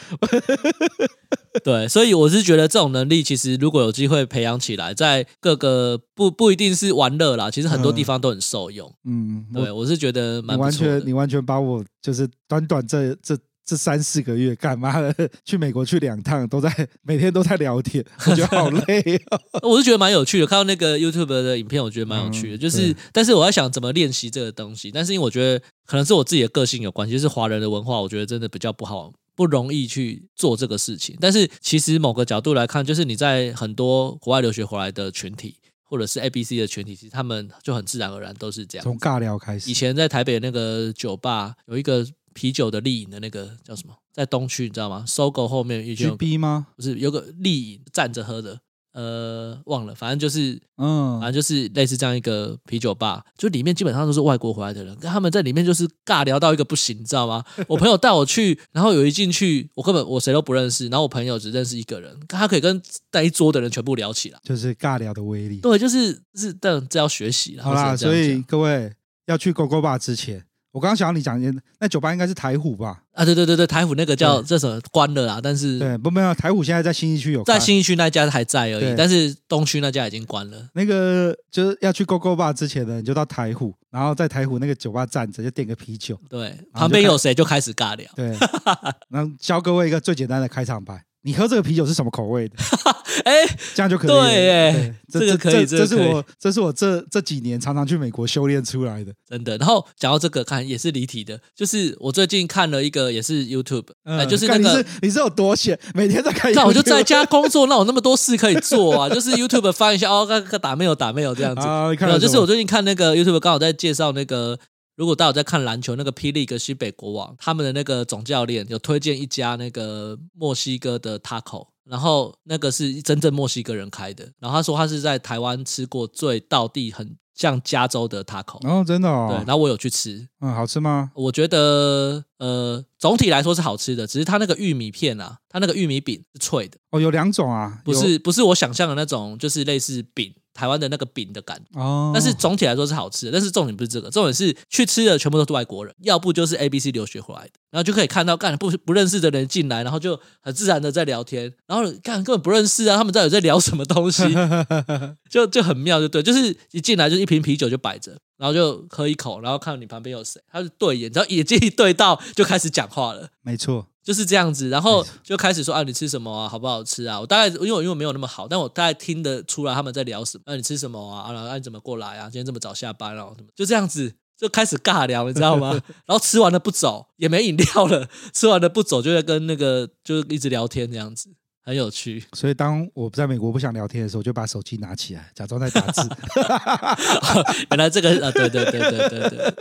Speaker 2: 对，所以我是觉得这种能力，其实如果有机会培养起来，在各个不不一定是玩乐啦，其实很多地方都很受用。
Speaker 1: 嗯，我
Speaker 2: 对，我是觉得
Speaker 1: 你
Speaker 2: 蛮不
Speaker 1: 完
Speaker 2: 错
Speaker 1: 全
Speaker 2: 的
Speaker 1: 你。完全把我就是短短这这。这三四个月干嘛 的？去美国去两趟，都在每天都在聊天，我觉得好累哦。
Speaker 2: 我是觉得蛮有趣的，看到那个 YouTube 的影片，我觉得蛮有趣的。
Speaker 1: 嗯
Speaker 2: 就是
Speaker 1: 对，
Speaker 2: 但是我在想怎么练习这个东西，但是因为我觉得可能是我自己的个性有关系，就是华人的文化，我觉得真的比较不好。不容易去做这个事情，但是其实某个角度来看，就是你在很多国外留学回来的群体，或者是 A、B、C 的群体，其实他们就很自然而然都是这样。
Speaker 1: 从尬聊开始
Speaker 2: 以，前在台北那个酒吧有一个啤酒的丽饮的那个叫什么，在东区你知道吗？搜狗后面一
Speaker 1: G
Speaker 2: 群
Speaker 1: B 吗？
Speaker 2: 不是有个丽饮站着喝的，呃忘了，反正就是
Speaker 1: 嗯
Speaker 2: 反，正就是类似这样一个啤酒吧，就里面基本上都是外国回来的人，他们在里面就是尬聊到一个不行，你知道吗？我朋友带我去，然后有一进去，我根本我谁都不认识，然后我朋友只认识一个人，他可以跟那一桌的人全部聊起来。
Speaker 1: 就是尬聊的威力。
Speaker 2: 对，就是是，但这要学习啦。
Speaker 1: 好
Speaker 2: 我
Speaker 1: 啦，
Speaker 2: 只
Speaker 1: 所
Speaker 2: 能这样
Speaker 1: 以
Speaker 2: 讲
Speaker 1: 各位要去 GoGo 吧之前，我刚刚想要你讲，那酒吧应该是台虎吧？
Speaker 2: 啊，对对对对，台虎那个叫
Speaker 1: 对
Speaker 2: 这什么关了啊，但是
Speaker 1: 对，不没有台虎现在在新一区有开
Speaker 2: 在新一区那家还在而
Speaker 1: 对
Speaker 2: 已，但是东区那家已经关了。
Speaker 1: 那个就是要去 GoGo 吧之前呢，你就到台虎，然后在台虎那个酒吧站着，就点个啤 酒。
Speaker 2: 对，
Speaker 1: 开
Speaker 2: 旁边有谁就开始尬聊。
Speaker 1: 对，然后教各位一个最简单的开场白。你喝这个啤酒是什么口 味的？
Speaker 2: 哎，
Speaker 1: 这样就可以了。
Speaker 2: 对耶
Speaker 1: 对
Speaker 2: 这个可以
Speaker 1: 这
Speaker 2: 这个
Speaker 1: 是
Speaker 2: 可以
Speaker 1: 我这是我这这几年常常去美国修炼出来的。
Speaker 2: 真的。然后讲到这个，看也是离题的，就是我最近看了一个也是 YouTube，呃，就是那
Speaker 1: 干
Speaker 2: 个
Speaker 1: 嗯你是你是有多闲，每天在看。
Speaker 2: 看我就 在家工作，那我那么多事可以做啊，就是 YouTube 翻一下哦，看看打没有打没有这样子。
Speaker 1: 啊，你看
Speaker 2: 没有，
Speaker 1: 了什
Speaker 2: 就
Speaker 1: 么
Speaker 2: 是我最近看那个 YouTube 刚好在介绍那个，如果大家有在看篮球，那个霹雳跟西北国王他们的那个总教练有推荐一家那个墨西哥的 taco。然后那个是真正墨西哥人开的，然后他说他是在台湾吃过最道地很像加州的 taco，、
Speaker 1: 哦，真的
Speaker 2: 对，
Speaker 1: 哦
Speaker 2: 然，后我有去吃，
Speaker 1: 嗯，好吃吗？
Speaker 2: 我觉得呃总体来说是好吃的，只是它那个玉米片啊，它那个玉米饼是脆的，
Speaker 1: 哦，有两种啊，
Speaker 2: 不
Speaker 1: 有
Speaker 2: 是不是我想象的那种，就是类似饼台湾的那个饼的感觉。
Speaker 1: 哦，
Speaker 2: 但是总体来说是好吃的，但是重点不是这个，重点是去吃的全部都是外国人，要不就是 A、B、C 留学回来的，然后就可以看到干不不认识的人进来，然后就很自然的在聊天，然后干根本不认识啊，他们到底在聊什么东西，就就很妙，就对，就是一进来就是一瓶啤酒就摆着，然后就喝一口，然后看你旁边有谁，他就对眼，然后眼睛一对到就开始讲话了。
Speaker 1: 没错，
Speaker 2: 就是这样子，然后
Speaker 1: 没错
Speaker 2: 就开始说啊，你吃什么啊，好不好吃啊？我大概因为我因为我没有那么好，但我大概听得出来他们在聊什么。啊，你吃什么啊？啊，然后啊你怎么过来啊？今天这么早下班哦、什么就这样子就开始尬聊，你知道吗？ 然后吃完了不走，也没饮料了，吃完了不走，就在跟那个就一直聊天这样子，很有趣。
Speaker 1: 所以当我在美国不想聊天的时候，我就把手机拿起来，假装在打 字。
Speaker 2: 原来这个啊，对对对对对对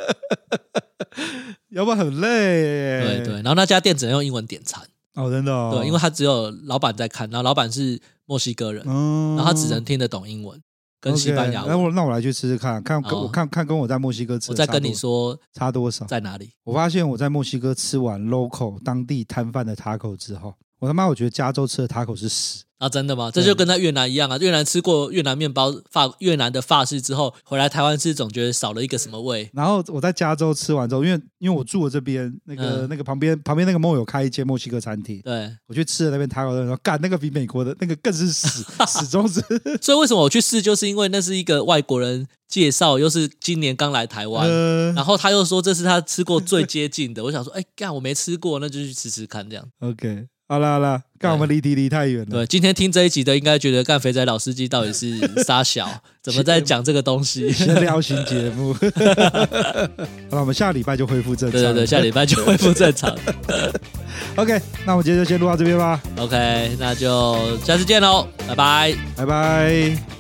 Speaker 1: 要不然很累耶。
Speaker 2: 对对。然后那家店只能用英文点餐，
Speaker 1: 哦，真的哎哦，
Speaker 2: 对，因为他只有老板在看，然后老板是墨西哥人，
Speaker 1: 嗯，
Speaker 2: 然后他只能听得懂英文跟西班牙
Speaker 1: OK，那
Speaker 2: 文。
Speaker 1: 我那我来去吃吃看，看跟
Speaker 2: 好啊
Speaker 1: 我看看跟我在墨西哥吃，
Speaker 2: 我再跟你，说
Speaker 1: 差多少？
Speaker 2: 在哪里？
Speaker 1: 我发现我在墨西哥吃完 local 当地摊贩的 taco 之后，我他妈我觉得加州吃的 taco 是屎。
Speaker 2: 啊，真的吗？
Speaker 1: 对
Speaker 2: 这就跟在越南一样啊！越南吃过越南面包法越南的法式之后，回来台湾吃，总觉得少了一个什么味。
Speaker 1: 然后我在加州吃完之后，因为因为我住的这边那个、
Speaker 2: 嗯
Speaker 1: 那个旁边旁边那个梦有开一间墨西哥餐厅，
Speaker 2: 对，
Speaker 1: 我去吃了那边 taco 的时候，干那个比美国的那个更是 屎，始终是。
Speaker 2: 所以为什么我去试，就是因为那是一个外国人介绍，又是今年刚来台湾，
Speaker 1: 呃
Speaker 2: 然后他又说这是他吃过最接 近的。我想说，哎，干我没吃过，那就去吃吃看这样。
Speaker 1: OK，好啦好啦，干
Speaker 2: 对
Speaker 1: 我们离题离太远了。
Speaker 2: 对，今天听这一集的应该觉得干肥仔老司机到底是 傻小，怎么在讲这个东西？
Speaker 1: 闲聊型节目，好 了，我们下礼拜就恢复正常。
Speaker 2: 对对对，下礼拜就恢复正 常。
Speaker 1: OK，那我们今天就先录到这边吧，
Speaker 2: OK，那就下次见喽，拜拜。
Speaker 1: 拜拜。